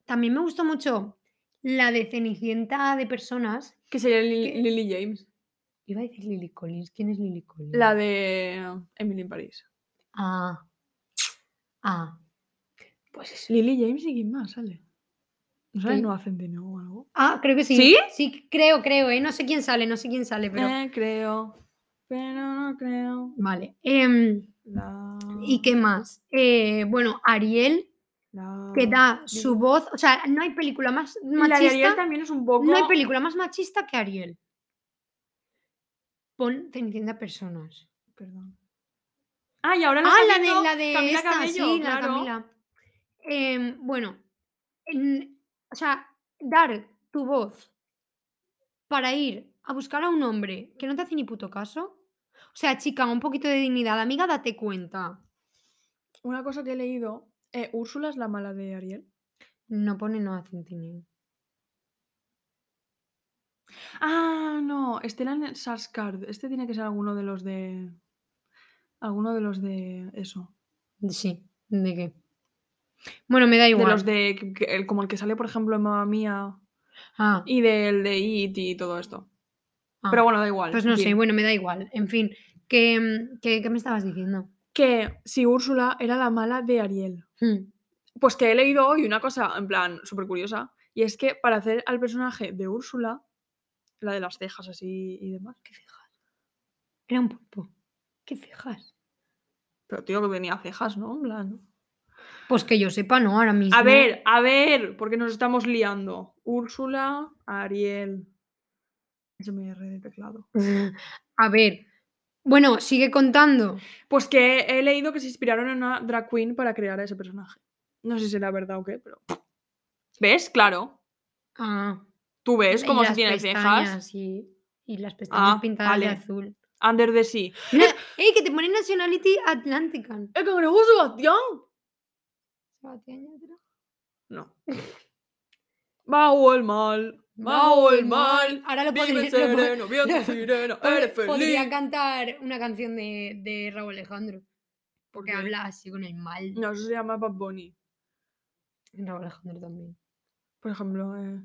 Speaker 2: también me gustó mucho la de Cenicienta de personas.
Speaker 1: Que sería Lily,
Speaker 2: ¿Qué?
Speaker 1: Lily James.
Speaker 2: Iba a decir Lily Collins. ¿Quién es Lily Collins?
Speaker 1: La de Emily en París.
Speaker 2: Ah. Ah. Pues eso.
Speaker 1: Lily James y quién más sale. ¿No sale
Speaker 2: ¿Qué?
Speaker 1: Nueva Centineo o algo?
Speaker 2: Ah, creo que sí.
Speaker 1: ¿Sí?
Speaker 2: Sí, creo, creo, ¿eh? No sé quién sale, no sé quién sale, pero.
Speaker 1: Eh, creo. Pero no creo.
Speaker 2: Vale. em,
Speaker 1: La.
Speaker 2: ¿Y qué más? Eh, bueno, Ariel,
Speaker 1: La...
Speaker 2: que da
Speaker 1: Dime.
Speaker 2: su voz. O sea, no hay película más
Speaker 1: Y La de Ariel
Speaker 2: machista.
Speaker 1: también es un poco.
Speaker 2: No hay película más machista que Ariel. Pon Cenicienta Personas.
Speaker 1: Perdón. Ah, y ahora nos
Speaker 2: Ah,
Speaker 1: han
Speaker 2: la de,
Speaker 1: visto
Speaker 2: la de
Speaker 1: Camila
Speaker 2: esta,
Speaker 1: Cabello,
Speaker 2: sí, la de
Speaker 1: claro.
Speaker 2: Camila. Em, bueno, en- o sea, dar tu voz para ir a buscar a un hombre que no te hace ni puto caso. O sea, chica, un poquito de dignidad. Amiga, date cuenta.
Speaker 1: Una cosa que he leído. eh, Úrsula es la mala de Ariel.
Speaker 2: No pone nada centineo.
Speaker 1: Ah, no. Stellan Sarsgaard. Este tiene que ser alguno de los de. Alguno de los de eso.
Speaker 2: Sí, ¿de qué? Bueno, me da igual.
Speaker 1: De los de. que- que- el- como el que sale, por ejemplo, en Mamma Mía.
Speaker 2: Ah,
Speaker 1: Y del de It y todo esto.
Speaker 2: ah,
Speaker 1: Pero bueno, da igual.
Speaker 2: Pues
Speaker 1: en
Speaker 2: no sé,
Speaker 1: fin.
Speaker 2: bueno, me da igual. En fin, que, mm, que- ¿qué me estabas diciendo?
Speaker 1: Que si Úrsula era la mala de Ariel.
Speaker 2: Hmm,
Speaker 1: Pues que he leído hoy una cosa, en plan, súper curiosa. Y es que para hacer al personaje de Úrsula, la de las cejas así y demás.
Speaker 2: ¿Qué cejas? Era un pulpo. ¿Qué cejas?
Speaker 1: Pero tío, que tenía cejas, ¿no? En plan.
Speaker 2: Pues que yo sepa, no, ahora mismo.
Speaker 1: A ver, a ver, porque nos estamos liando. Úrsula, Ariel. Yo me erré de teclado.
Speaker 2: A ver. Bueno, sigue contando.
Speaker 1: Pues que he leído que se inspiraron en una drag queen para crear a ese personaje. No sé si será verdad o qué, pero. ¿Ves? Claro.
Speaker 2: Ah,
Speaker 1: Tú ves
Speaker 2: y
Speaker 1: cómo se
Speaker 2: las
Speaker 1: tiene cejas.
Speaker 2: pestañas Y, y las pestañas
Speaker 1: Ah,
Speaker 2: pintadas de
Speaker 1: vale.
Speaker 2: azul.
Speaker 1: Under the sea.
Speaker 2: Na- ¡Ey, que te pone Nationality Atlantican!
Speaker 1: ¡El cangrejo Sebastián!
Speaker 2: Sebastián Yatra.
Speaker 1: No. Va o el mal. Va o el mal.
Speaker 2: Ahora lo
Speaker 1: Vive
Speaker 2: podría, lo po-
Speaker 1: sereno, viento sereno.
Speaker 2: pod-
Speaker 1: Eres
Speaker 2: podría
Speaker 1: feliz.
Speaker 2: cantar una canción de, de Raúl Alejandro.
Speaker 1: ¿Por
Speaker 2: Porque
Speaker 1: qué?
Speaker 2: habla así con el mal.
Speaker 1: No, eso se llama Bad Bunny.
Speaker 2: Raúl Alejandro también.
Speaker 1: Por ejemplo, eh,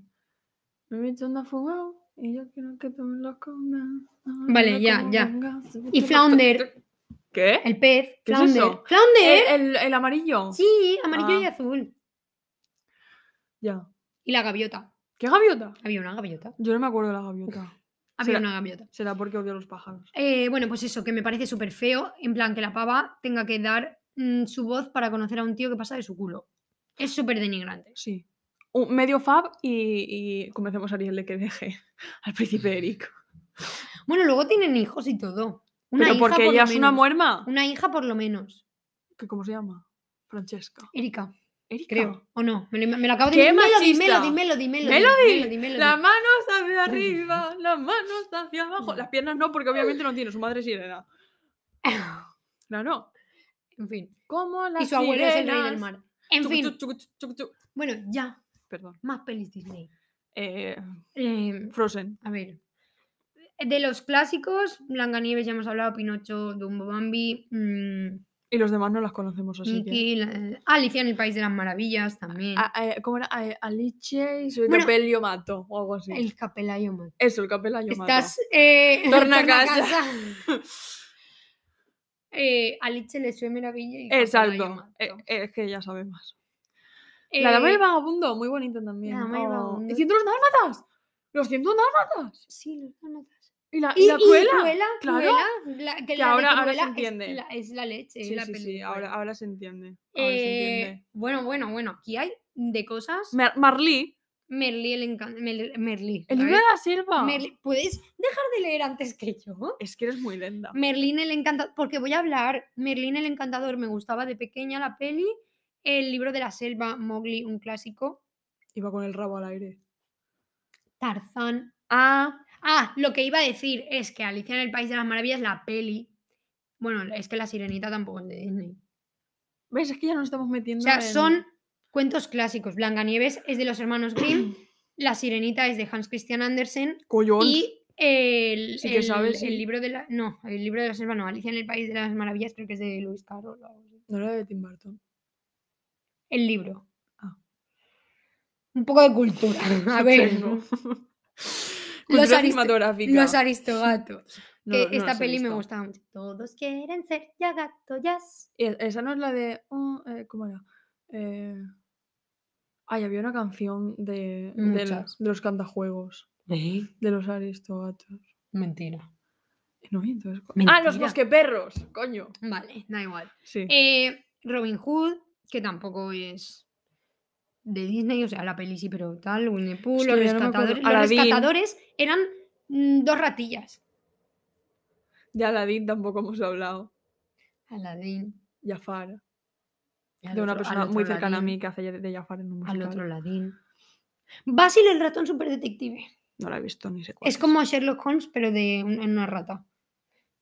Speaker 1: me he hecho una fugado y yo quiero que tú me lo comas.
Speaker 2: Vale,
Speaker 1: Ahora
Speaker 2: ya,
Speaker 1: como
Speaker 2: ya.
Speaker 1: venga, se me
Speaker 2: Y
Speaker 1: tira-
Speaker 2: Flounder.
Speaker 1: ¿Qué?
Speaker 2: El pez.
Speaker 1: ¿Qué es
Speaker 2: Flounder.
Speaker 1: eso?
Speaker 2: ¡Flounder!
Speaker 1: E? ¿El, el- el amarillo?
Speaker 2: Sí, amarillo y
Speaker 1: Ah.
Speaker 2: azul.
Speaker 1: Ya.
Speaker 2: Y la gaviota.
Speaker 1: ¿Qué gaviota?
Speaker 2: Había una gaviota.
Speaker 1: Yo no me acuerdo de la gaviota.
Speaker 2: Había
Speaker 1: Será-
Speaker 2: una gaviota.
Speaker 1: Será porque odio a los pájaros.
Speaker 2: Eh, bueno, pues eso, que me parece súper feo, en plan que la pava tenga que dar mm, su voz para conocer a un tío que pasa de su culo. Es súper denigrante.
Speaker 1: Sí. Un medio fab y, y comencemos a Ariel que deje al príncipe Eric.
Speaker 2: Bueno, luego tienen hijos y todo. Una
Speaker 1: Pero
Speaker 2: hija
Speaker 1: porque
Speaker 2: por
Speaker 1: ella
Speaker 2: lo
Speaker 1: es una
Speaker 2: menos.
Speaker 1: muerma.
Speaker 2: Una hija por lo menos.
Speaker 1: que ¿Cómo se llama? Francesca.
Speaker 2: Erika,
Speaker 1: Erika.
Speaker 2: creo. ¿O no? Me lo, me lo acabo de
Speaker 1: ¡Qué
Speaker 2: Melody,
Speaker 1: machista!
Speaker 2: Melody, Melody, Melody,
Speaker 1: Melody,
Speaker 2: Melody, Melody.
Speaker 1: Las manos hacia arriba, las manos hacia abajo. Las piernas no, porque obviamente no tiene, su madre es sirena. Claro.
Speaker 2: en fin.
Speaker 1: Como las
Speaker 2: Y su abuelo es el rey del
Speaker 1: sirenas.
Speaker 2: mar. En
Speaker 1: Chucu,
Speaker 2: fin.
Speaker 1: chucu, chucu, chucu, chucu.
Speaker 2: Bueno, ya.
Speaker 1: Perdón.
Speaker 2: Más pelis Disney.
Speaker 1: Eh,
Speaker 2: Eh,
Speaker 1: Frozen.
Speaker 2: A ver. De los clásicos, Blancanieves ya hemos hablado, Pinocho, Dumbo Bambi, mm,
Speaker 1: Y los demás no las conocemos así. que-
Speaker 2: Mickey, la- Alicia en Ah, el País de las Maravillas también.
Speaker 1: A- eh, ¿Cómo era? A- Alice y su
Speaker 2: Bueno.
Speaker 1: capello mato o algo así.
Speaker 2: el Capelayo Mato.
Speaker 1: Eso, el capello mato.
Speaker 2: Estás. Eh,
Speaker 1: Torna a casa.
Speaker 2: Eh, Alice le sue maravilla y Capelayo
Speaker 1: Exacto.
Speaker 2: Mato.
Speaker 1: Eh, eh, es que ya sabemos. la dama y
Speaker 2: Eh,
Speaker 1: el vagabundo, muy bonita también.
Speaker 2: Dama y el Vagabundo.
Speaker 1: ¡Ciento los dálmatas! ¡Los ciento dálmatas!
Speaker 2: Sí, los dálmatas.
Speaker 1: Y la, y
Speaker 2: Y,
Speaker 1: la
Speaker 2: y
Speaker 1: Cruella. claro.
Speaker 2: Cruella, la- que, la de
Speaker 1: ahora- ahora se
Speaker 2: Cruella es
Speaker 1: entiende.
Speaker 2: la- Es, la leche.
Speaker 1: Sí,
Speaker 2: la
Speaker 1: sí, sí,
Speaker 2: peli
Speaker 1: ahora,
Speaker 2: buena.
Speaker 1: ahora se entiende. ahora se
Speaker 2: Eh,
Speaker 1: entiende.
Speaker 2: Bueno, bueno, bueno, aquí hay de cosas.
Speaker 1: Mar- Marlí,
Speaker 2: Merlí el encanto. Merlí.
Speaker 1: el
Speaker 2: ¿la
Speaker 1: libro de
Speaker 2: ves?
Speaker 1: la selva.
Speaker 2: Merlí- ¿Puedes dejar de leer antes que yo?
Speaker 1: Es que eres muy lenta.
Speaker 2: Mm. Merlín el encantador. Porque voy a hablar. Merlín el encantador. Me gustaba de pequeña la peli. El libro de la selva, Mowgli, un clásico.
Speaker 1: Iba con el rabo al aire.
Speaker 2: Tarzán.
Speaker 1: Ah,
Speaker 2: Ah, lo que iba a decir es que Alicia en el País de las Maravillas, la peli. Bueno, es que la sirenita tampoco es de Disney.
Speaker 1: ¿ves? Es que ya nos estamos metiendo.
Speaker 2: O sea,
Speaker 1: en-
Speaker 2: son cuentos clásicos. Blancanieves es de los hermanos Grimm, La Sirenita es de Hans Christian Andersen
Speaker 1: Collons.
Speaker 2: y el,
Speaker 1: Sí que
Speaker 2: el-
Speaker 1: sabes,
Speaker 2: el
Speaker 1: sí.
Speaker 2: libro de la no, el libro de la selva no, Alicia en el País de las Maravillas creo que es de Lewis Carroll. o algo así.
Speaker 1: No era de Tim Burton.
Speaker 2: El libro.
Speaker 1: Ah.
Speaker 2: Un poco de cultura. A ver,
Speaker 1: Tengo.
Speaker 2: Los
Speaker 1: Cultura
Speaker 2: arist-
Speaker 1: cinematográfica.
Speaker 2: los aristogatos.
Speaker 1: No,
Speaker 2: que
Speaker 1: no las
Speaker 2: esta
Speaker 1: he
Speaker 2: peli me
Speaker 1: visto.
Speaker 2: gustaba mucho. Todos quieren ser ya gato, ya.
Speaker 1: Y e- Esa no es la de. oh, eh, ¿Cómo era? Eh... Ay, había una canción de, de, la-
Speaker 2: Muchas.
Speaker 1: de los cantajuegos, de los aristogatos.
Speaker 2: Mentira.
Speaker 1: No, y entonces. cu- ¡Ah, los
Speaker 2: Mentira.
Speaker 1: mosqueperros! ¡Coño!
Speaker 2: Vale, da igual.
Speaker 1: Sí.
Speaker 2: Eh, Robin Hood, que tampoco es de Disney, o sea, la peli sí, pero tal, Winnie the Pooh,
Speaker 1: Es
Speaker 2: los,
Speaker 1: que ya no me acuerdo.
Speaker 2: rescatadores, los
Speaker 1: Aladdin.
Speaker 2: rescatadores eran mm, dos ratillas.
Speaker 1: De Aladdin tampoco hemos hablado.
Speaker 2: Aladín.
Speaker 1: Jafar. De una persona muy cercana a mí que hace ya- de Jafar en un
Speaker 2: Al
Speaker 1: musical.
Speaker 2: otro Aladín. Basil el ratón superdetective.
Speaker 1: No la he visto ni sé cuál.
Speaker 2: Es como Sherlock Holmes, pero de un- en una rata.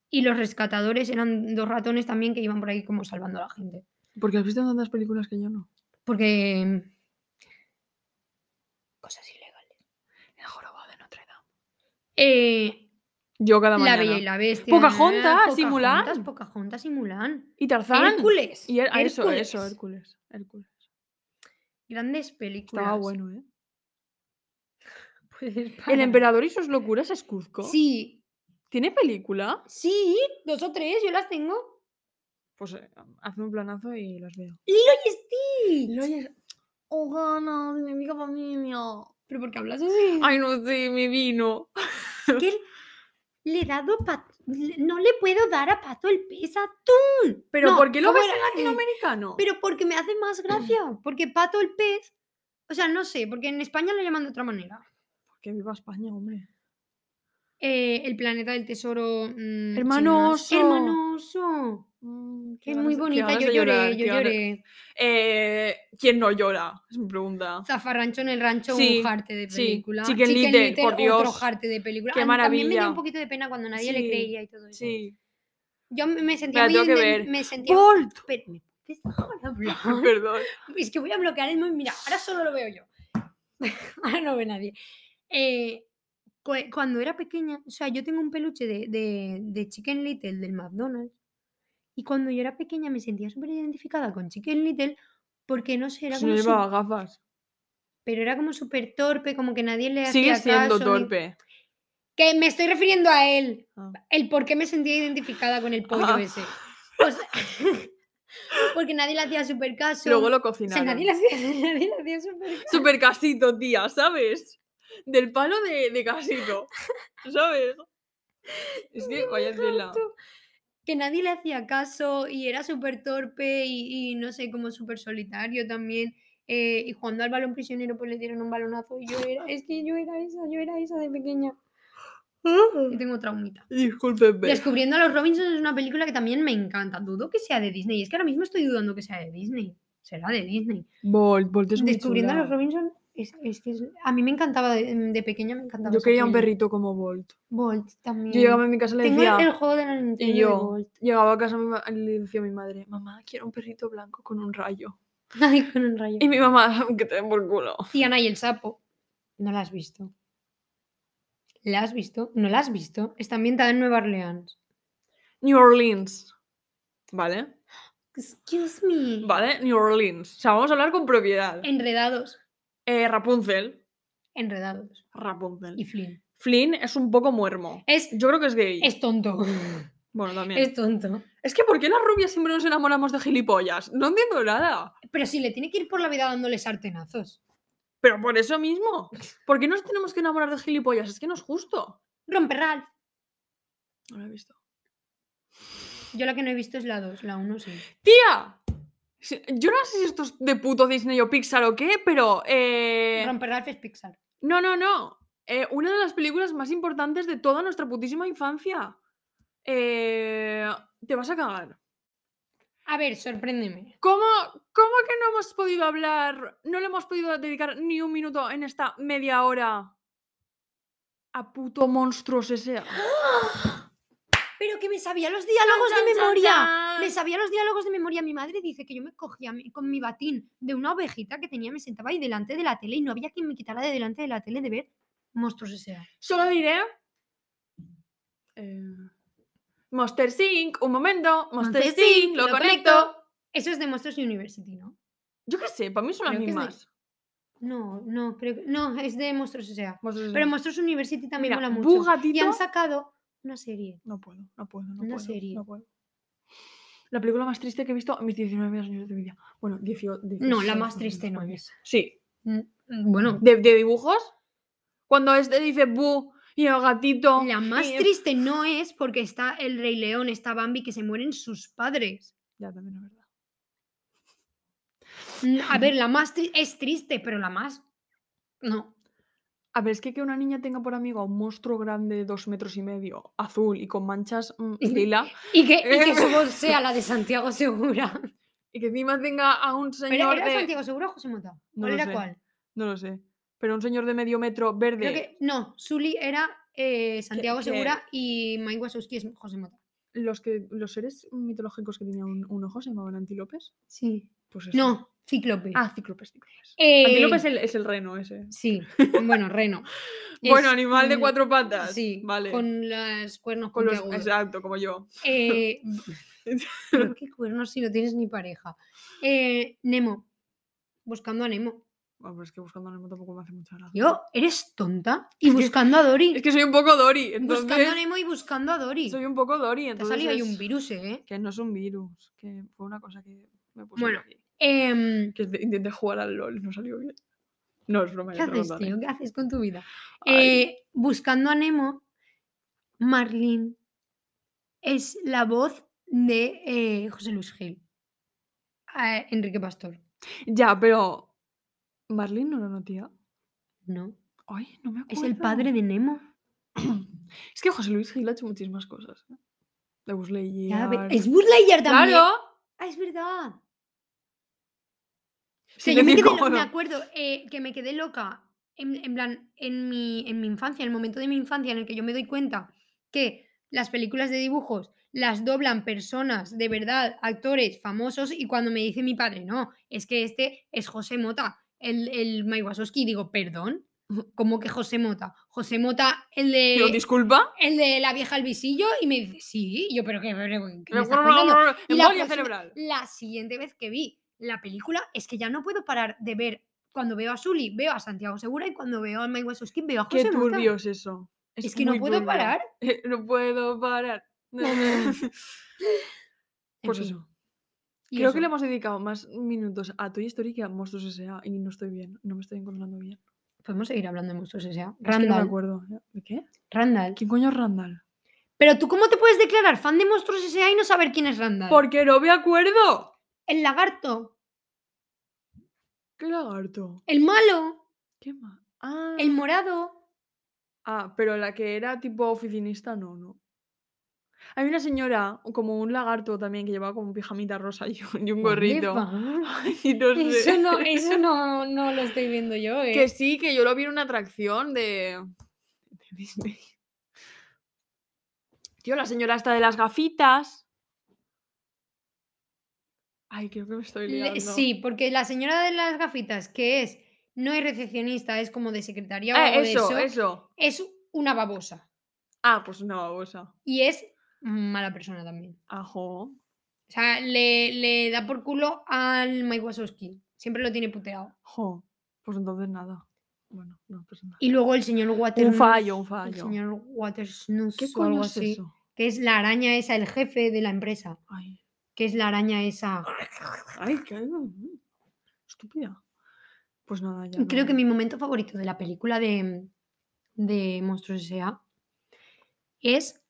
Speaker 2: Y los rescatadores eran dos ratones también que iban por ahí como salvando a la gente.
Speaker 1: Porque has visto tantas películas que yo no.
Speaker 2: Porque... Cosas ilegales.
Speaker 1: El jorobado de Notre Dame.
Speaker 2: Eh,
Speaker 1: Yo cada
Speaker 2: la
Speaker 1: mañana.
Speaker 2: Bella y la Bestia.
Speaker 1: Pocahontas y
Speaker 2: Pocahontas,
Speaker 1: Mulan.
Speaker 2: Pocahontas y Mulan.
Speaker 1: Y Tarzán.
Speaker 2: Hércules.
Speaker 1: Y Her- ah, eso, eso,
Speaker 2: Hércules.
Speaker 1: Hércules. Hércules.
Speaker 2: Grandes películas.
Speaker 1: Estaba bueno, ¿eh?
Speaker 2: Puedes
Speaker 1: El
Speaker 2: parar.
Speaker 1: emperador y sus locuras es Cuzco.
Speaker 2: Sí,
Speaker 1: ¿Tiene película?
Speaker 2: sí, dos o tres, yo las tengo.
Speaker 1: Pues eh, hazme un planazo y las veo.
Speaker 2: Sí.
Speaker 1: Oh, ganas, mi amiga familia.
Speaker 2: Pero porque hablas así.
Speaker 1: Ay, no sé, me vino.
Speaker 2: que él- le he dado pa- le- no le puedo dar a Pato el pez atún.
Speaker 1: Pero
Speaker 2: No,
Speaker 1: ¿por qué lo
Speaker 2: ¿cómo
Speaker 1: ves
Speaker 2: era?
Speaker 1: en latinoamericano?
Speaker 2: Pero porque me hace más gracia, porque Pato el pez, o sea, no sé, porque en España lo llaman de otra manera.
Speaker 1: Porque viva España, hombre.
Speaker 2: Eh, el planeta del tesoro. mm,
Speaker 1: Hermano Oso.
Speaker 2: sin más. Hermano Oso.
Speaker 1: Mm,
Speaker 2: Que es muy bonita, yo lloré, yo lloré.
Speaker 1: Eh, ¿Quién no llora? Es mi pregunta.
Speaker 2: Zafarrancho en el rancho,
Speaker 1: Sí,
Speaker 2: un jarte de
Speaker 1: sí.
Speaker 2: película.
Speaker 1: Chicken Little, por
Speaker 2: otro
Speaker 1: Dios.
Speaker 2: jarte de película.
Speaker 1: Qué
Speaker 2: A mí También me dio
Speaker 1: maravilla.
Speaker 2: un poquito de pena cuando nadie le
Speaker 1: Sí,
Speaker 2: creía y todo eso.
Speaker 1: Sí.
Speaker 2: Yo me- me sentía
Speaker 1: la
Speaker 2: muy
Speaker 1: tengo que
Speaker 2: inden-
Speaker 1: ver.
Speaker 2: Me sentía
Speaker 1: ¡Bolt!
Speaker 2: Pero, ¿me puedes dejar hablar?
Speaker 1: Perdón.
Speaker 2: Es que voy a bloquear el móvil. Mira, ahora solo lo veo yo. ahora no ve nadie. Eh, cu- cuando era pequeña, o sea, yo tengo un peluche de, de- de Chicken Little del McDonald's. Y cuando yo era pequeña me sentía súper identificada con Chicken Little porque no sé, era
Speaker 1: Si no
Speaker 2: como su-
Speaker 1: llevaba gafas.
Speaker 2: pero era como súper torpe, como que nadie le hacía
Speaker 1: Sigue siendo
Speaker 2: caso, ni-
Speaker 1: torpe.
Speaker 2: Que me estoy refiriendo a él.
Speaker 1: Ah.
Speaker 2: El por qué me sentía identificada con el pollo
Speaker 1: Ah.
Speaker 2: ese. O sea, porque nadie le hacía súper caso.
Speaker 1: Luego lo
Speaker 2: O sea,
Speaker 1: cocinaron.
Speaker 2: nadie le hacía, nadie le hacía súper caso.
Speaker 1: Super casito, tía, ¿sabes? Del palo de, de casito. ¿Sabes? Es que, vaya tela.
Speaker 2: Que nadie le hacía caso y era súper torpe y, y no sé, como súper solitario también. eh, y jugando al balón prisionero, pues le dieron un balonazo. Y yo era, es que yo era esa, yo era esa de pequeña.
Speaker 1: Ah.
Speaker 2: Y tengo traumita.
Speaker 1: Disculpenme.
Speaker 2: Descubriendo a los Robinson es una película que también me encanta. Dudo que sea de Disney. Es que ahora mismo estoy dudando que sea de Disney. Será de Disney.
Speaker 1: Bolt, Bolt es muy
Speaker 2: Descubriendo a los
Speaker 1: chula.
Speaker 2: Robinson es, es que es- a mí me encantaba de, de pequeña, me encantaba.
Speaker 1: Yo
Speaker 2: esa
Speaker 1: quería un
Speaker 2: peli.
Speaker 1: perrito como Bolt.
Speaker 2: Bolt también.
Speaker 1: Yo llegaba a mi casa y le
Speaker 2: Mm, Tengo
Speaker 1: decía...
Speaker 2: el, el juego de la Nintendo de
Speaker 1: yo.
Speaker 2: Bolt.
Speaker 1: Llegaba a casa mi ma- y le decía a mi madre, mamá, quiero un perrito blanco con un rayo.
Speaker 2: Ay, con un rayo.
Speaker 1: Y mi mamá, que te den por culo.
Speaker 2: Tiana y el sapo. No la has visto. ¿La has visto? ¿No la has visto? Está ambientada en Nueva Orleans.
Speaker 1: New Orleans. ¿Vale?
Speaker 2: Excuse me.
Speaker 1: ¿Vale? New Orleans. O sea, vamos a hablar con propiedad.
Speaker 2: Enredados.
Speaker 1: Eh, Rapunzel.
Speaker 2: Enredados.
Speaker 1: Rapunzel.
Speaker 2: Y Flynn.
Speaker 1: Flynn es un poco muermo.
Speaker 2: Es,
Speaker 1: Yo creo que es gay.
Speaker 2: es tonto.
Speaker 1: Bueno, también. Es...
Speaker 2: es tonto.
Speaker 1: que ¿por qué las rubias siempre nos enamoramos de gilipollas? No entiendo nada.
Speaker 2: Pero si le tiene que ir por la vida dándole sartenazos.
Speaker 1: Pero por eso mismo. ¿Por qué nos tenemos que enamorar de gilipollas? Es que no es justo.
Speaker 2: Romper Ralph.
Speaker 1: No lo he visto.
Speaker 2: Yo la que no he visto es la 2, la 1 sí.
Speaker 1: ¡Tía! Si- Yo no sé si esto es de puto Disney o Pixar o qué, pero... eh,
Speaker 2: Romper Ralph es Pixar.
Speaker 1: No, no, no. Eh, una de las películas más importantes de toda nuestra putísima infancia. Eh, Te vas a cagar.
Speaker 2: A ver, sorpréndeme.
Speaker 1: ¿Cómo, ¿Cómo que no hemos podido hablar, no le hemos podido dedicar ni un minuto en esta media hora a puto monstruos ese?
Speaker 2: Pero que me sabía los diálogos
Speaker 1: chan,
Speaker 2: de
Speaker 1: chan,
Speaker 2: memoria. Me
Speaker 1: chan!
Speaker 2: sabía los diálogos de memoria. Mi madre dice que yo me cogía mi- con mi batín de una ovejita que tenía, me sentaba ahí delante de la tele y no había quien me quitara de delante de la tele de ver monstruos S.A.
Speaker 1: Solo diré... eh, Monster Sync, un momento, Monster,
Speaker 2: Monster
Speaker 1: Sync,
Speaker 2: Inc,
Speaker 1: lo,
Speaker 2: lo
Speaker 1: conecto.
Speaker 2: conecto. Eso es de Monsters University, ¿no?
Speaker 1: Yo qué sé, para mí son las
Speaker 2: Creo que es de-
Speaker 1: mismas.
Speaker 2: No, no, creo que. No, es de Monstruos S.A.
Speaker 1: Monster
Speaker 2: Pero
Speaker 1: Inc.
Speaker 2: Monstruos University también
Speaker 1: Mira,
Speaker 2: mola mucho.
Speaker 1: Bu
Speaker 2: Y han
Speaker 1: Gatito-
Speaker 2: sacado una serie.
Speaker 1: No puedo, no puedo, no
Speaker 2: Una
Speaker 1: puedo.
Speaker 2: serie.
Speaker 1: No puedo. La película más triste que he visto en mis 19 años de vida. Bueno, 18.
Speaker 2: No, la más triste no es.
Speaker 1: Sí.
Speaker 2: Mm, Bueno,
Speaker 1: ¿De, de dibujos? Cuando este dice bu y el gatito.
Speaker 2: Oh, la más
Speaker 1: y-
Speaker 2: triste no es porque está el Rey León, está Bambi, que se mueren sus padres.
Speaker 1: Ya, también es verdad.
Speaker 2: Mm, A ver, la más tri- es triste, pero la más. No.
Speaker 1: A ver, es que que una niña tenga por amigo a un monstruo grande de dos metros y medio, azul y con manchas mm, lila,
Speaker 2: Y que, y que su
Speaker 1: Eh.
Speaker 2: voz sea la de Santiago Segura.
Speaker 1: y que encima tenga a un
Speaker 2: ¿Pero
Speaker 1: señor
Speaker 2: era
Speaker 1: de.
Speaker 2: Santiago Segura o José Mota?
Speaker 1: eh, No
Speaker 2: ¿Cuál
Speaker 1: lo
Speaker 2: era
Speaker 1: sé.
Speaker 2: cuál?
Speaker 1: No lo sé. Pero un señor de medio metro verde.
Speaker 2: Creo que. No, Sully era eh, Santiago
Speaker 1: que-
Speaker 2: Segura y Mike Wazowski es José Mota.
Speaker 1: Los, que, los seres mitológicos que tenían un, un ojo se llamaban antílopes.
Speaker 2: Sí.
Speaker 1: Pues eso.
Speaker 2: No, Cíclope.
Speaker 1: Ah, cíclopes, cíclopes.
Speaker 2: Eh,
Speaker 1: Antílope es el, es el reno ese.
Speaker 2: Sí, bueno, reno.
Speaker 1: bueno,
Speaker 2: Es
Speaker 1: animal de
Speaker 2: un-
Speaker 1: cuatro patas.
Speaker 2: Sí,
Speaker 1: vale. Con,
Speaker 2: con los cuernos
Speaker 1: los,
Speaker 2: puntiagudos.
Speaker 1: exacto, como yo.
Speaker 2: Eh, pero ¿Qué cuernos si no tienes ni pareja? Eh, Nemo. Buscando a Nemo.
Speaker 1: Bueno, pero es que buscando a Nemo tampoco me hace mucha gracia.
Speaker 2: Yo, ¿eres tonta? Y
Speaker 1: Es que-
Speaker 2: buscando a Dory.
Speaker 1: Es que soy un poco Dory,
Speaker 2: Buscando a
Speaker 1: entonces.
Speaker 2: Nemo y buscando a Dory.
Speaker 1: Soy un poco Dory,
Speaker 2: Te ha
Speaker 1: entonces.
Speaker 2: salido ahí un
Speaker 1: es-
Speaker 2: virus, ¿eh?
Speaker 1: Que no es un virus, que fue una cosa que me puse
Speaker 2: Bueno.
Speaker 1: yo aquí.
Speaker 2: Em,
Speaker 1: Que de- intenté jugar al LOL, no salió bien. No, es broma.
Speaker 2: ¿Qué
Speaker 1: ya te lo
Speaker 2: haces,
Speaker 1: contaré.
Speaker 2: tío? ¿Qué haces con tu vida?
Speaker 1: Ay,
Speaker 2: Eh, buscando a Nemo, Marlene es la voz de eh, José Luis Gil. Eh, Enrique Pastor.
Speaker 1: Ya, pero. Marlene no era una tía.
Speaker 2: No.
Speaker 1: Ay, no me
Speaker 2: Es
Speaker 1: acuerdo.
Speaker 2: el padre de Nemo.
Speaker 1: Es que José Luis Gil ha hecho muchísimas cosas. ¿eh? De Buzz
Speaker 2: Ya, ve-
Speaker 1: Lightyear.
Speaker 2: es Buzz Lightyear también.
Speaker 1: ¡Claro!
Speaker 2: Ah, es verdad. Que
Speaker 1: Sí,
Speaker 2: yo me,
Speaker 1: decir,
Speaker 2: quedé lo-
Speaker 1: ¿cómo
Speaker 2: me
Speaker 1: no?
Speaker 2: acuerdo eh, que me quedé loca, en, en plan, en mi, en mi infancia, en el momento de mi infancia en el que yo me doy cuenta que las películas de dibujos las doblan personas de verdad, actores famosos, y cuando me dice mi padre, no, es que este es José Mota, el, el Mike Wazowski", y digo, perdón, ¿cómo que José Mota? José Mota, el
Speaker 1: Digo,
Speaker 2: de,
Speaker 1: disculpa.
Speaker 2: el de la vieja al visillo, y me dice, sí, y yo, pero que me está contando? Y
Speaker 1: Embolia
Speaker 2: la próxima-
Speaker 1: cerebral.
Speaker 2: la siguiente vez que vi la película es que ya no puedo parar de ver cuando veo a Sully, veo a Santiago Segura y cuando veo a Mike Wazowski veo a José
Speaker 1: Qué
Speaker 2: Mota.
Speaker 1: turbio es eso.
Speaker 2: Es, que no
Speaker 1: muy
Speaker 2: puedo
Speaker 1: turbio.
Speaker 2: parar.
Speaker 1: Eh, No puedo parar.
Speaker 2: En
Speaker 1: pues
Speaker 2: fin,
Speaker 1: eso.
Speaker 2: y
Speaker 1: Creo que
Speaker 2: eso.
Speaker 1: le hemos dedicado más minutos a Toy Story que a Monstruos S.A. Y no estoy bien. No me estoy encontrando bien.
Speaker 2: Podemos seguir hablando de monstruos S.A.
Speaker 1: Es que no me
Speaker 2: Randall.
Speaker 1: acuerdo. ¿eh? ¿De qué?
Speaker 2: Randall.
Speaker 1: ¿Quién coño es Randall?
Speaker 2: Pero tú, ¿cómo te puedes declarar fan de monstruos S.A. y no saber quién es Randall?
Speaker 1: Porque no me acuerdo.
Speaker 2: El lagarto.
Speaker 1: ¿Qué lagarto?
Speaker 2: El malo.
Speaker 1: ¿Qué más? Ah,
Speaker 2: El morado.
Speaker 1: ah, pero la que era tipo oficinista, no, no. Hay una señora, como un lagarto también, que llevaba como un pijamita rosa y un, y un
Speaker 2: What the
Speaker 1: gorrito.
Speaker 2: fuck?
Speaker 1: Y no sé.
Speaker 2: Eso, no, eso no, no lo estoy viendo yo, ¿eh?
Speaker 1: Que sí, que yo lo vi en una atracción de, de Disney. Tío, la señora esta de las gafitas. Ay, creo que me estoy
Speaker 2: Le-
Speaker 1: liando.
Speaker 2: Sí, porque la señora de las gafitas, que es, no es recepcionista, es como de secretaría o
Speaker 1: Ah,
Speaker 2: algo de
Speaker 1: eso,
Speaker 2: eso,
Speaker 1: eso.
Speaker 2: es una babosa.
Speaker 1: Ah, pues una babosa.
Speaker 2: Y es mala persona también.
Speaker 1: Ajo.
Speaker 2: O sea, le, le da por culo al Mike Wazowski. Siempre lo tiene puteado.
Speaker 1: Jo. Pues entonces nada. Bueno, no pues nada.
Speaker 2: Y luego el señor Waters.
Speaker 1: Un fallo, un
Speaker 2: El
Speaker 1: fallo.
Speaker 2: señor Waters, no
Speaker 1: ¿Qué
Speaker 2: Pues o algo
Speaker 1: coño es
Speaker 2: así.
Speaker 1: eso?
Speaker 2: Que es la araña esa, el jefe de la empresa.
Speaker 1: Ay,
Speaker 2: Que es la araña esa.
Speaker 1: ay, qué estúpida. Pues nada, ya.
Speaker 2: Creo
Speaker 1: no-
Speaker 2: que mi momento favorito de la película de, mm, de Monstruos S.A. es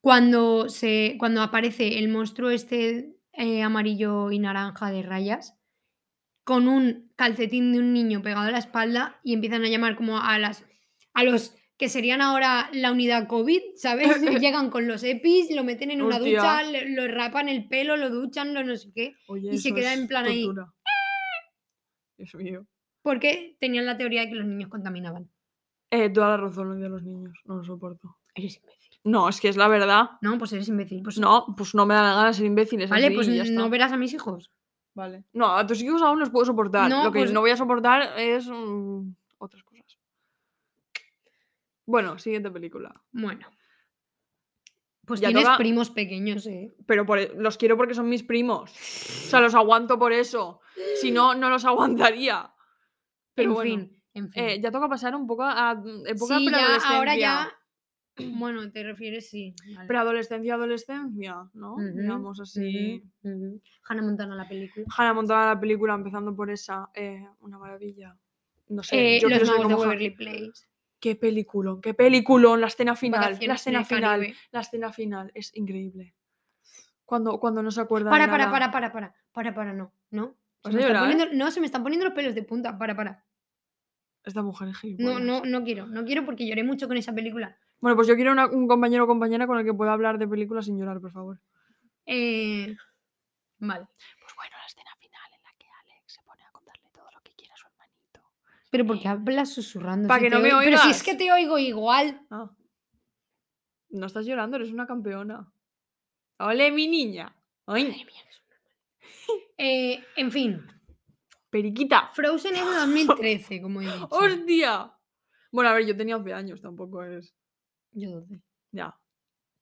Speaker 2: cuando, se, cuando aparece el monstruo este eh, amarillo y naranja de rayas con un calcetín de un niño pegado a la espalda y empiezan a llamar como a las a los que serían ahora la unidad COVID, ¿sabes? Llegan con los EPIs, lo meten en una
Speaker 1: Hostia.
Speaker 2: ducha, le- lo rapan el pelo, lo duchan, lo no sé qué.
Speaker 1: Oye,
Speaker 2: Y se
Speaker 1: eso
Speaker 2: queda en
Speaker 1: es
Speaker 2: plan ahí.
Speaker 1: tortura. Dios mío.
Speaker 2: Porque tenían la teoría de que los niños contaminaban.
Speaker 1: Eh, toda la razón de los niños, no lo soporto.
Speaker 2: Eres imbécil.
Speaker 1: No, es que es la verdad.
Speaker 2: No, pues eres imbécil. Pues
Speaker 1: No, pues no me dan ganas de ser imbéciles.
Speaker 2: Vale,
Speaker 1: así,
Speaker 2: pues
Speaker 1: y ya está.
Speaker 2: no verás a mis hijos.
Speaker 1: Vale. No, a tus hijos aún los puedo soportar.
Speaker 2: No,
Speaker 1: Lo que
Speaker 2: pues-
Speaker 1: no voy a soportar es mm, otras cosas. Bueno, siguiente película.
Speaker 2: Bueno. Pues
Speaker 1: Ya
Speaker 2: tienes
Speaker 1: toca-
Speaker 2: primos pequeños, eh.
Speaker 1: Pero por e- los quiero porque son mis primos. O sea, los aguanto por eso. Si no, no los aguantaría. Pero
Speaker 2: en
Speaker 1: bueno.
Speaker 2: fin, en fin.
Speaker 1: Eh, ya toca pasar un poco a mm, época
Speaker 2: sí, ya,
Speaker 1: preadolescencia.
Speaker 2: ahora ya. Bueno, te refieres, sí. vale.
Speaker 1: Preadolescencia, adolescencia, ¿no?
Speaker 2: Ujú,
Speaker 1: Digamos así.
Speaker 2: Ujú, ujú. Hannah Montana, la película.
Speaker 1: Hannah Montana, la película, empezando por esa, eh, una maravilla. No sé,
Speaker 2: Eh,
Speaker 1: yo
Speaker 2: los
Speaker 1: quiero ser
Speaker 2: magos de
Speaker 1: como Hannah.
Speaker 2: Waverly Place.
Speaker 1: Qué peliculón, qué peliculón, la escena final, la
Speaker 2: Vacaciones en
Speaker 1: escena
Speaker 2: el
Speaker 1: final,
Speaker 2: Caribe.
Speaker 1: la escena final, es increíble. Cuando, cuando no se acuerda
Speaker 2: Para,
Speaker 1: de
Speaker 2: para,
Speaker 1: nada. Pues
Speaker 2: para, para, para, para, para, no, no.
Speaker 1: ¿Vas
Speaker 2: Se me
Speaker 1: a
Speaker 2: están
Speaker 1: llorar?
Speaker 2: poniendo- no, se me están poniendo los pelos de punta. Para, para.
Speaker 1: Esta mujer es
Speaker 2: No,
Speaker 1: gilipollas.
Speaker 2: no, no quiero. No quiero porque lloré mucho con esa película.
Speaker 1: Bueno, pues yo quiero una- un compañero o compañera con el que pueda hablar de películas sin llorar, por favor.
Speaker 2: Eh, vale.
Speaker 1: Pues bueno, la escena final en la que Alex se pone a contarle todo lo que quiera a su hermanito.
Speaker 2: Pero porque hablas susurrando.
Speaker 1: Pa'
Speaker 2: si
Speaker 1: que
Speaker 2: te
Speaker 1: no me
Speaker 2: oigo- Pero si es
Speaker 1: oigas.
Speaker 2: que te oigo igual.
Speaker 1: Ah. No estás llorando, eres una campeona. ¡Ole, mi niña!
Speaker 2: Madre
Speaker 1: ¡Ay,
Speaker 2: mía, que soy normal. Eh, en fin,
Speaker 1: periquita!
Speaker 2: Frozen es de 2013, como he dicho.
Speaker 1: ¡Hostia! Bueno, a ver, yo tenía 11 años, tampoco es...
Speaker 2: Yo 12,
Speaker 1: Ya.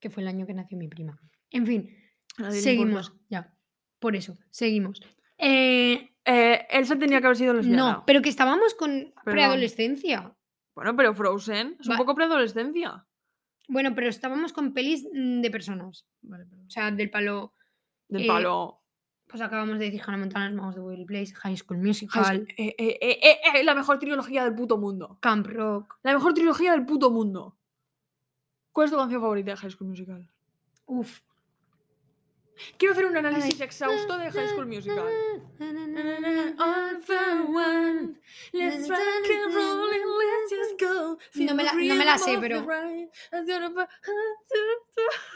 Speaker 2: que fue el año que nació mi prima. En fin,
Speaker 1: a nadie le importa.
Speaker 2: seguimos. Ya, por eso, seguimos. Eh,
Speaker 1: Eh, Elsa tenía que haber sido lesbiana.
Speaker 2: no, pero que estábamos con
Speaker 1: Perdón.
Speaker 2: preadolescencia.
Speaker 1: Bueno, pero Frozen es
Speaker 2: Va-
Speaker 1: un poco preadolescencia.
Speaker 2: Bueno, pero estábamos con pelis mm, de personas.
Speaker 1: Vale,
Speaker 2: O sea, del palo.
Speaker 1: Del
Speaker 2: eh,
Speaker 1: palo.
Speaker 2: Pues acabamos de decir Hannah Montana, los magos de Waverly Place, High School
Speaker 1: High
Speaker 2: Musical,
Speaker 1: School- eh, eh, eh, eh, eh, la mejor trilogía del puto mundo.
Speaker 2: Camp Rock.
Speaker 1: La mejor trilogía del puto mundo. ¿Cuál es tu canción favorita de High School Musical?
Speaker 2: Uf.
Speaker 1: Quiero hacer un análisis exhausto de High School Musical. All for one, let's rock and roll and let's just go. Feel
Speaker 2: No me
Speaker 1: the
Speaker 2: la- no me la sé,
Speaker 1: rhythm of the
Speaker 2: pero-
Speaker 1: ride, I don't know about-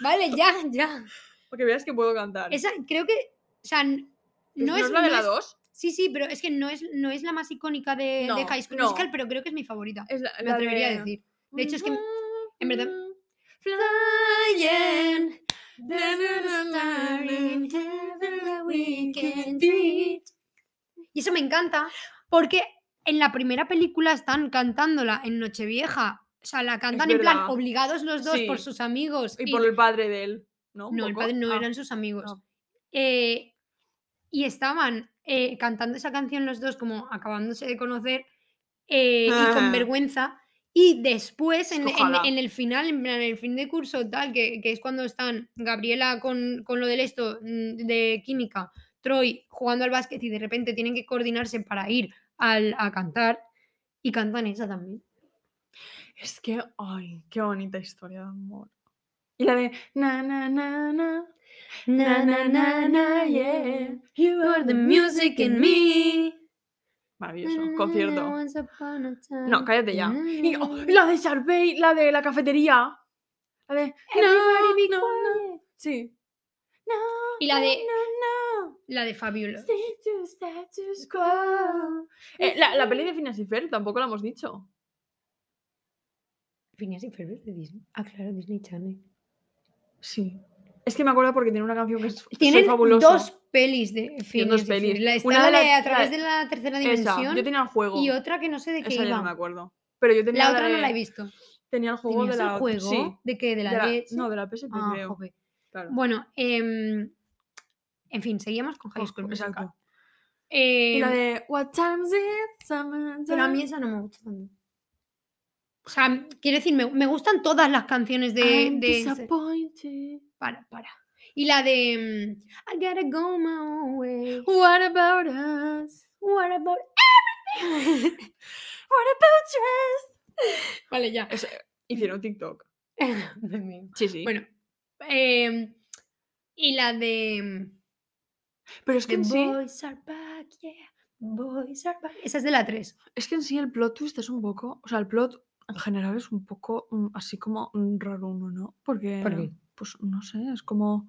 Speaker 2: Vale, ya, ya.
Speaker 1: Porque veas que puedo cantar.
Speaker 2: Esa, creo que. O sea, n-
Speaker 1: Pues
Speaker 2: no, es
Speaker 1: la de
Speaker 2: no
Speaker 1: la
Speaker 2: es-
Speaker 1: 2?
Speaker 2: Sí, sí, pero es que no es, no es la más icónica de, de
Speaker 1: No,
Speaker 2: High School
Speaker 1: no.
Speaker 2: Musical, pero creo que es mi favorita.
Speaker 1: Es la,
Speaker 2: Me
Speaker 1: la
Speaker 2: atrevería a
Speaker 1: de-
Speaker 2: decir. De hecho, es que en verdad-
Speaker 1: Flying.
Speaker 2: Y eso me encanta porque en la primera película están cantándola en Nochevieja. O sea, la cantan en plan
Speaker 1: verdad.
Speaker 2: obligados los dos por
Speaker 1: Sí.
Speaker 2: sus amigos.
Speaker 1: Y por el padre de él, ¿no? Un
Speaker 2: No, el
Speaker 1: poco.
Speaker 2: padre no
Speaker 1: Ah,
Speaker 2: eran sus amigos.
Speaker 1: no.
Speaker 2: Eh, y estaban eh, cantando esa canción los dos como acabándose de conocer eh, y con
Speaker 1: Ah.
Speaker 2: vergüenza. Y después, en, en-
Speaker 1: ojalá.
Speaker 2: en el final, en plan, en el fin de curso, tal, que, que es cuando están Gabriela con, con lo del esto mm, de química, Troy jugando al básquet y de repente tienen que coordinarse para ir al- a cantar y cantan esa también.
Speaker 1: Es que, ay, qué bonita historia de amor. Y la de na na na na na na na na yeah you are the music in me. Maravilloso, concierto.
Speaker 2: Mm,
Speaker 1: No, cállate ya. Y, oh, la de Sharpay, la de la cafetería. La de no,
Speaker 2: Everybody be
Speaker 1: no, no. Sí. No,
Speaker 2: Y la de-
Speaker 1: no, Este no, no.
Speaker 2: La de Fabulous.
Speaker 1: Stick to status quo. Eh, la, la peli de Phineas y Ferb tampoco la hemos dicho.
Speaker 2: Phineas y Ferb es de Disney. Ah, claro, Disney Channel.
Speaker 1: Sí. Es que me acuerdo porque tiene una canción que es soy
Speaker 2: Tienen
Speaker 1: fabulosa.
Speaker 2: dos pelis de Phineas y Ferb.
Speaker 1: pelis.
Speaker 2: La, está
Speaker 1: Una
Speaker 2: la
Speaker 1: de la-
Speaker 2: de a
Speaker 1: la-
Speaker 2: través de la tercera
Speaker 1: Esa,
Speaker 2: dimensión
Speaker 1: yo tenía el juego.
Speaker 2: y otra que no sé de qué
Speaker 1: Esa ya no me
Speaker 2: iba.
Speaker 1: acuerdo. Pero yo tenía
Speaker 2: La otra no la he
Speaker 1: de-
Speaker 2: visto.
Speaker 1: Tenía el juego
Speaker 2: ¿Tenías
Speaker 1: de la
Speaker 2: el juego?
Speaker 1: Sí.
Speaker 2: ¿De qué? ¿De la, leche?
Speaker 1: No, de la PSP
Speaker 2: Ah,
Speaker 1: creo.
Speaker 2: jope.
Speaker 1: Claro.
Speaker 2: Bueno, em, en fin, seguíamos con High
Speaker 1: Jo-
Speaker 2: School Musical.
Speaker 1: Oh, Exacto. Y
Speaker 2: Em,
Speaker 1: la de What time is it? Summertime.
Speaker 2: Pero a mí esa no me gusta tanto. O sea, quiero decir, me, me gustan todas las canciones de...
Speaker 1: I'm
Speaker 2: de ese-
Speaker 1: disappointed.
Speaker 2: Para, para. Y la de... mm, I gotta go my own way.
Speaker 1: What about us?
Speaker 2: What about everything?
Speaker 1: What about
Speaker 2: vale, ya.
Speaker 1: us? Es- Hicieron TikTok.
Speaker 2: Dios mío.
Speaker 1: Sí, sí.
Speaker 2: bueno. em, y la de... mm,
Speaker 1: pero es que
Speaker 2: The
Speaker 1: en sí,
Speaker 2: boys are back, yeah. Boys are back. Esa es de la 3.
Speaker 1: es que en sí el plot twist es un poco, o sea, el plot en general es un poco mm, así como mm, raro uno, ¿no? Porque,
Speaker 2: ¿Por qué?
Speaker 1: pues no sé, es como...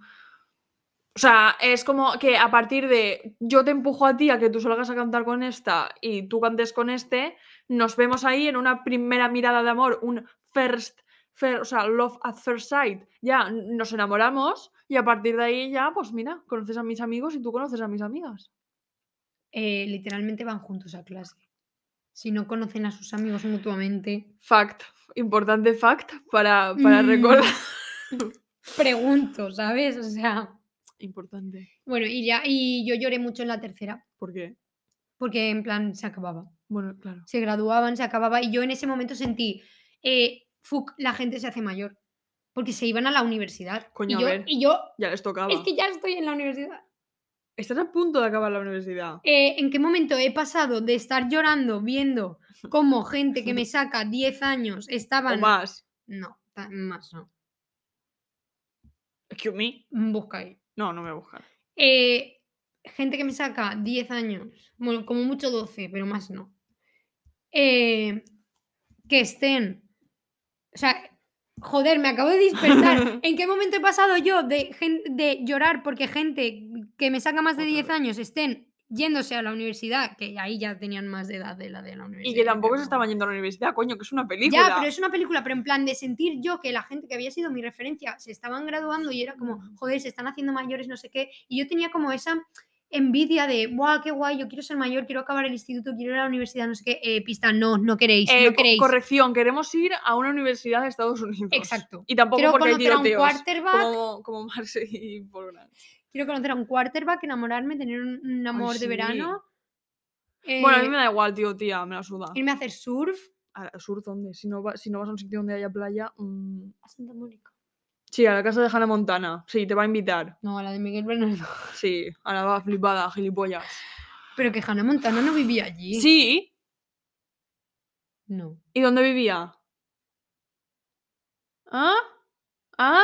Speaker 1: O sea, es como que a partir de yo te empujo a ti a que tú salgas a cantar con esta y tú cantes con este, nos vemos ahí en una primera mirada de amor, un first, fir- o sea, love at first sight. Ya n- nos enamoramos y a partir de ahí ya, pues mira, conoces a mis amigos y tú conoces a mis amigas.
Speaker 2: Eh, literalmente van juntos a clase. Si no conocen a sus amigos mutuamente.
Speaker 1: Fact, importante fact para, para
Speaker 2: Mm.
Speaker 1: recordar.
Speaker 2: Pregunto, ¿sabes? O sea.
Speaker 1: Importante.
Speaker 2: Bueno, y, ya, y yo lloré mucho en la tercera,
Speaker 1: ¿Por qué?
Speaker 2: porque en plan se acababa.
Speaker 1: Bueno, claro.
Speaker 2: Se graduaban, se acababa, y yo en ese momento sentí, eh, fuck, la gente se hace mayor. Porque se iban a la universidad.
Speaker 1: Coño,
Speaker 2: y
Speaker 1: a
Speaker 2: yo,
Speaker 1: ver,
Speaker 2: y yo
Speaker 1: Ya les tocaba.
Speaker 2: es que ya estoy en la universidad.
Speaker 1: Estás a punto de acabar la universidad.
Speaker 2: Eh, ¿En qué momento he pasado de estar llorando viendo cómo gente que me saca 10 años
Speaker 1: O
Speaker 2: estaban.
Speaker 1: más.
Speaker 2: No, ta- más no.
Speaker 1: Excuse me.
Speaker 2: Mm, Busca ahí.
Speaker 1: No, no me voy a buscar.
Speaker 2: Eh, gente que me saca 10 años, bueno, como mucho 12, pero más no. Eh, que estén. O sea, joder, me acabo de dispersar. ¿En qué momento he pasado yo de, gen- de llorar porque gente que me saca más de
Speaker 1: Otra
Speaker 2: 10
Speaker 1: vez.
Speaker 2: años estén yéndose a la universidad? Que ahí ya tenían más de edad de la de la universidad.
Speaker 1: Y que tampoco
Speaker 2: creo.
Speaker 1: se estaban yendo a la universidad, coño, que es una película.
Speaker 2: Ya, pero es una película, pero en plan de sentir yo que la gente que había sido mi referencia se estaban graduando y era como,
Speaker 1: Mm.
Speaker 2: joder, se están haciendo mayores, no sé qué. Y yo tenía como esa envidia de, guau, qué guay, yo quiero ser mayor, quiero acabar el instituto, quiero ir a la universidad, no sé qué. Eh, pista, no, no queréis,
Speaker 1: Eh,
Speaker 2: no
Speaker 1: co-
Speaker 2: queréis.
Speaker 1: corrección, queremos ir a una universidad de Estados Unidos.
Speaker 2: Exacto.
Speaker 1: Y tampoco
Speaker 2: Quiero
Speaker 1: porque hay
Speaker 2: conocer a un
Speaker 1: tiroteos,
Speaker 2: quarterback.
Speaker 1: Como, como Marx y Paul Grant.
Speaker 2: Quiero conocer a un quarterback, enamorarme, tener un, un amor
Speaker 1: sí.
Speaker 2: de verano.
Speaker 1: Bueno, a mí
Speaker 2: eh,
Speaker 1: me da igual, tío, tía, me la suda.
Speaker 2: Irme a hacer surf
Speaker 1: ¿A sur dónde? Si no, va- si no vas a un sitio donde haya playa. mm,
Speaker 2: a Santa Mónica.
Speaker 1: Sí, a la casa de Hannah Montana. Sí, te va a invitar.
Speaker 2: No, a la de Miguel Bernardo.
Speaker 1: Sí, a la va flipada, gilipollas.
Speaker 2: Pero que Hannah Montana no vivía allí.
Speaker 1: Sí.
Speaker 2: No.
Speaker 1: ¿Y dónde vivía? ¿Ah? ¿Ah?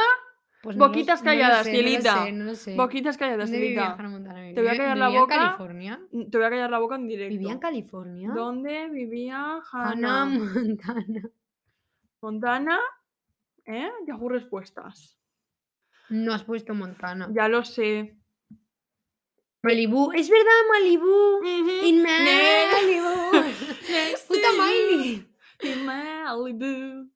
Speaker 2: Pues no lo-
Speaker 1: Boquitas
Speaker 2: no lo
Speaker 1: calladas,
Speaker 2: sé, no lo
Speaker 1: cielita.
Speaker 2: sé, no lo sé.
Speaker 1: Boquitas calladas,
Speaker 2: ¿Dónde vivía
Speaker 1: Celita.
Speaker 2: Hannah Montana?
Speaker 1: Te voy a
Speaker 2: Vivía-
Speaker 1: callar la
Speaker 2: vivía en
Speaker 1: boca.
Speaker 2: California?
Speaker 1: Mm, Te voy a callar la boca en directo.
Speaker 2: ¿Vivía en California?
Speaker 1: ¿Dónde vivía Hannah,
Speaker 2: Hannah Montana.
Speaker 1: Montana? ¿Eh? Yahoo Respuestas.
Speaker 2: No has puesto Montana.
Speaker 1: Ya lo sé.
Speaker 2: Malibu. Es verdad, Malibu.
Speaker 1: Mm,
Speaker 2: In
Speaker 1: Ne-
Speaker 2: Malibu.
Speaker 1: next
Speaker 2: Puta
Speaker 1: to you,
Speaker 2: Miley.
Speaker 1: in Malibu.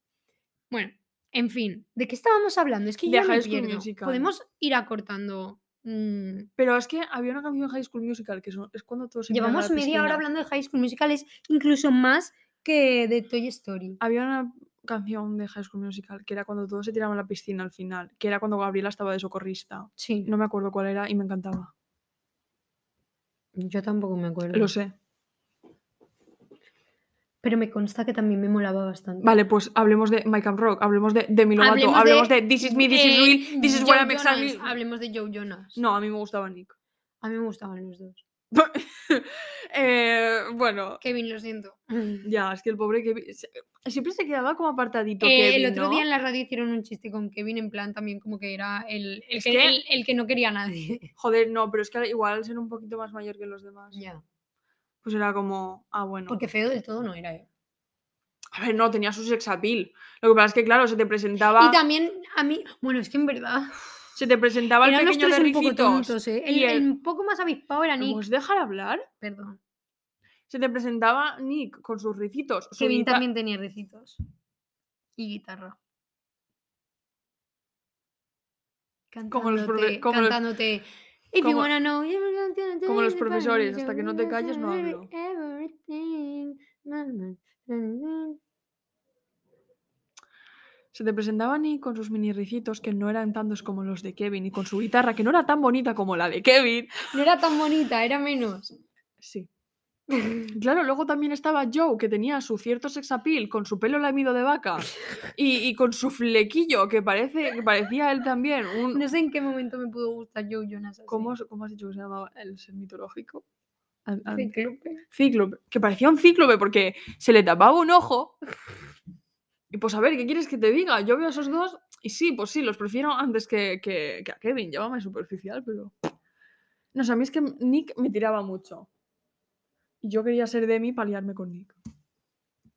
Speaker 2: Bueno, en fin. ¿De qué estábamos hablando? Es que
Speaker 1: De
Speaker 2: yo ya me
Speaker 1: High School
Speaker 2: pierdo.
Speaker 1: Musical.
Speaker 2: Podemos ir acortando. mm,
Speaker 1: Pero es que había una canción en High School Musical que son- es cuando todos se tiran a la
Speaker 2: Llevamos media hora
Speaker 1: piscina.
Speaker 2: hablando de High School Musical. Es incluso más que de Toy Story.
Speaker 1: Había una canción de High School Musical que era cuando todos se tiraban a la piscina al final, que era cuando Gabriela estaba de socorrista.
Speaker 2: Sí.
Speaker 1: No me acuerdo cuál era y me encantaba.
Speaker 2: Yo tampoco me acuerdo.
Speaker 1: Lo sé.
Speaker 2: Pero me consta que también me molaba bastante.
Speaker 1: Vale, pues hablemos de My Camp Rock, hablemos de Demi Lovato,
Speaker 2: Hablemos
Speaker 1: hablemos,
Speaker 2: de-
Speaker 1: de, This is me, this is
Speaker 2: Eh,
Speaker 1: real, this is what
Speaker 2: Joe
Speaker 1: I'm exactly-
Speaker 2: Jonas, Hablemos de Joe Jonas.
Speaker 1: No, a mí me gustaba Nick.
Speaker 2: A mí me gustaban los dos.
Speaker 1: Eh, bueno,
Speaker 2: Kevin, lo siento. Eh,
Speaker 1: ya, es que el pobre Kevin... se- Siempre se quedaba como apartadito
Speaker 2: Eh, el
Speaker 1: Kevin,
Speaker 2: otro
Speaker 1: ¿no?
Speaker 2: día en la radio hicieron un chiste con Kevin, en plan también como que era el, el,
Speaker 1: Es
Speaker 2: que,
Speaker 1: que-
Speaker 2: el- el que no quería a nadie.
Speaker 1: Joder, no, pero es que ahora igual al ser un poquito más mayor que los demás,
Speaker 2: Ya.
Speaker 1: pues era como... Ah, bueno.
Speaker 2: Porque feo del todo no era. ¿eh?
Speaker 1: A ver, no, tenía su sex appeal. Lo que pasa es que, claro, se te presentaba...
Speaker 2: Y también a mí, bueno, es que en verdad
Speaker 1: Se te presentaba el
Speaker 2: eran los
Speaker 1: pequeño
Speaker 2: tres
Speaker 1: de
Speaker 2: un poco
Speaker 1: Ricitos.
Speaker 2: tontos, ¿eh? El,
Speaker 1: y el-
Speaker 2: el un poco más avispado era Nick.
Speaker 1: ¿Os dejar hablar?
Speaker 2: Perdón.
Speaker 1: Se te presentaba Nick con sus ricitos. su
Speaker 2: Kevin
Speaker 1: guita-
Speaker 2: también tenía recitos. Y guitarra.
Speaker 1: Como los profe-
Speaker 2: Cantándote,
Speaker 1: como los-
Speaker 2: cantándote. If you
Speaker 1: como-
Speaker 2: wanna know, everyone gonna
Speaker 1: como los
Speaker 2: take the time,
Speaker 1: profesores, hasta que no te
Speaker 2: just
Speaker 1: calles, no
Speaker 2: every-
Speaker 1: hablo.
Speaker 2: everything, na, na, na, na.
Speaker 1: Se te presentaba Nick con sus mini ricitos que no eran tantos como los de Kevin y con su guitarra que no era tan bonita como la de Kevin.
Speaker 2: No era tan bonita, era menos.
Speaker 1: Sí. Claro, luego también estaba Joe que tenía su cierto sex appeal con su pelo lamido de vaca y, y con su flequillo que parece que parecía él también un
Speaker 2: No sé en qué momento me pudo gustar Joe Jonas. así.
Speaker 1: ¿cómo, has- cómo has dicho que se llamaba el ser mitológico? An- an-
Speaker 2: Cíclope.
Speaker 1: cíclope, que parecía un cíclope porque se le tapaba un ojo. Y pues a ver, ¿qué quieres que te diga? Yo veo a esos dos y sí, pues sí, los prefiero antes que, que- que a Kevin. Llámame superficial, pero... No sé, a mí es que Nick me tiraba mucho. Y yo quería ser Demi para liarme con Nick.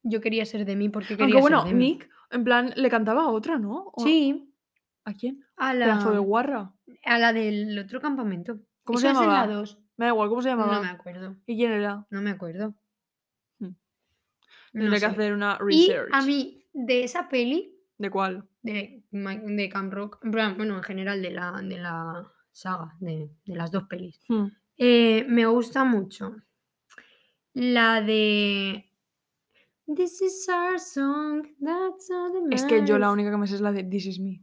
Speaker 2: Yo quería ser Demi porque quería
Speaker 1: Aunque bueno,
Speaker 2: ser Demi.
Speaker 1: Nick, en plan, le cantaba a otra, ¿no? ¿O
Speaker 2: Sí,
Speaker 1: ¿A quién?
Speaker 2: a
Speaker 1: Pedazo de
Speaker 2: la,
Speaker 1: guarra.
Speaker 2: a la del otro campamento.
Speaker 1: ¿Cómo
Speaker 2: Eso
Speaker 1: se
Speaker 2: es en
Speaker 1: llamaba?
Speaker 2: la 2.
Speaker 1: Me da igual, ¿cómo se llamaba?
Speaker 2: No me acuerdo,
Speaker 1: ¿Y quién era?
Speaker 2: no me acuerdo.
Speaker 1: Hmm.
Speaker 2: No
Speaker 1: Tendré que
Speaker 2: sé.
Speaker 1: hacer una
Speaker 2: Y
Speaker 1: research.
Speaker 2: a mí, de esa peli,
Speaker 1: ¿De cuál?
Speaker 2: de, Ma- de Camp Rock, en plan, bueno, en general de la, de la saga, de, de las dos pelis,
Speaker 1: Hmm.
Speaker 2: eh, me gusta mucho la de... This is our song, that's all that
Speaker 1: Es que yo la
Speaker 2: matters".
Speaker 1: única que me sé es la de This Is Me.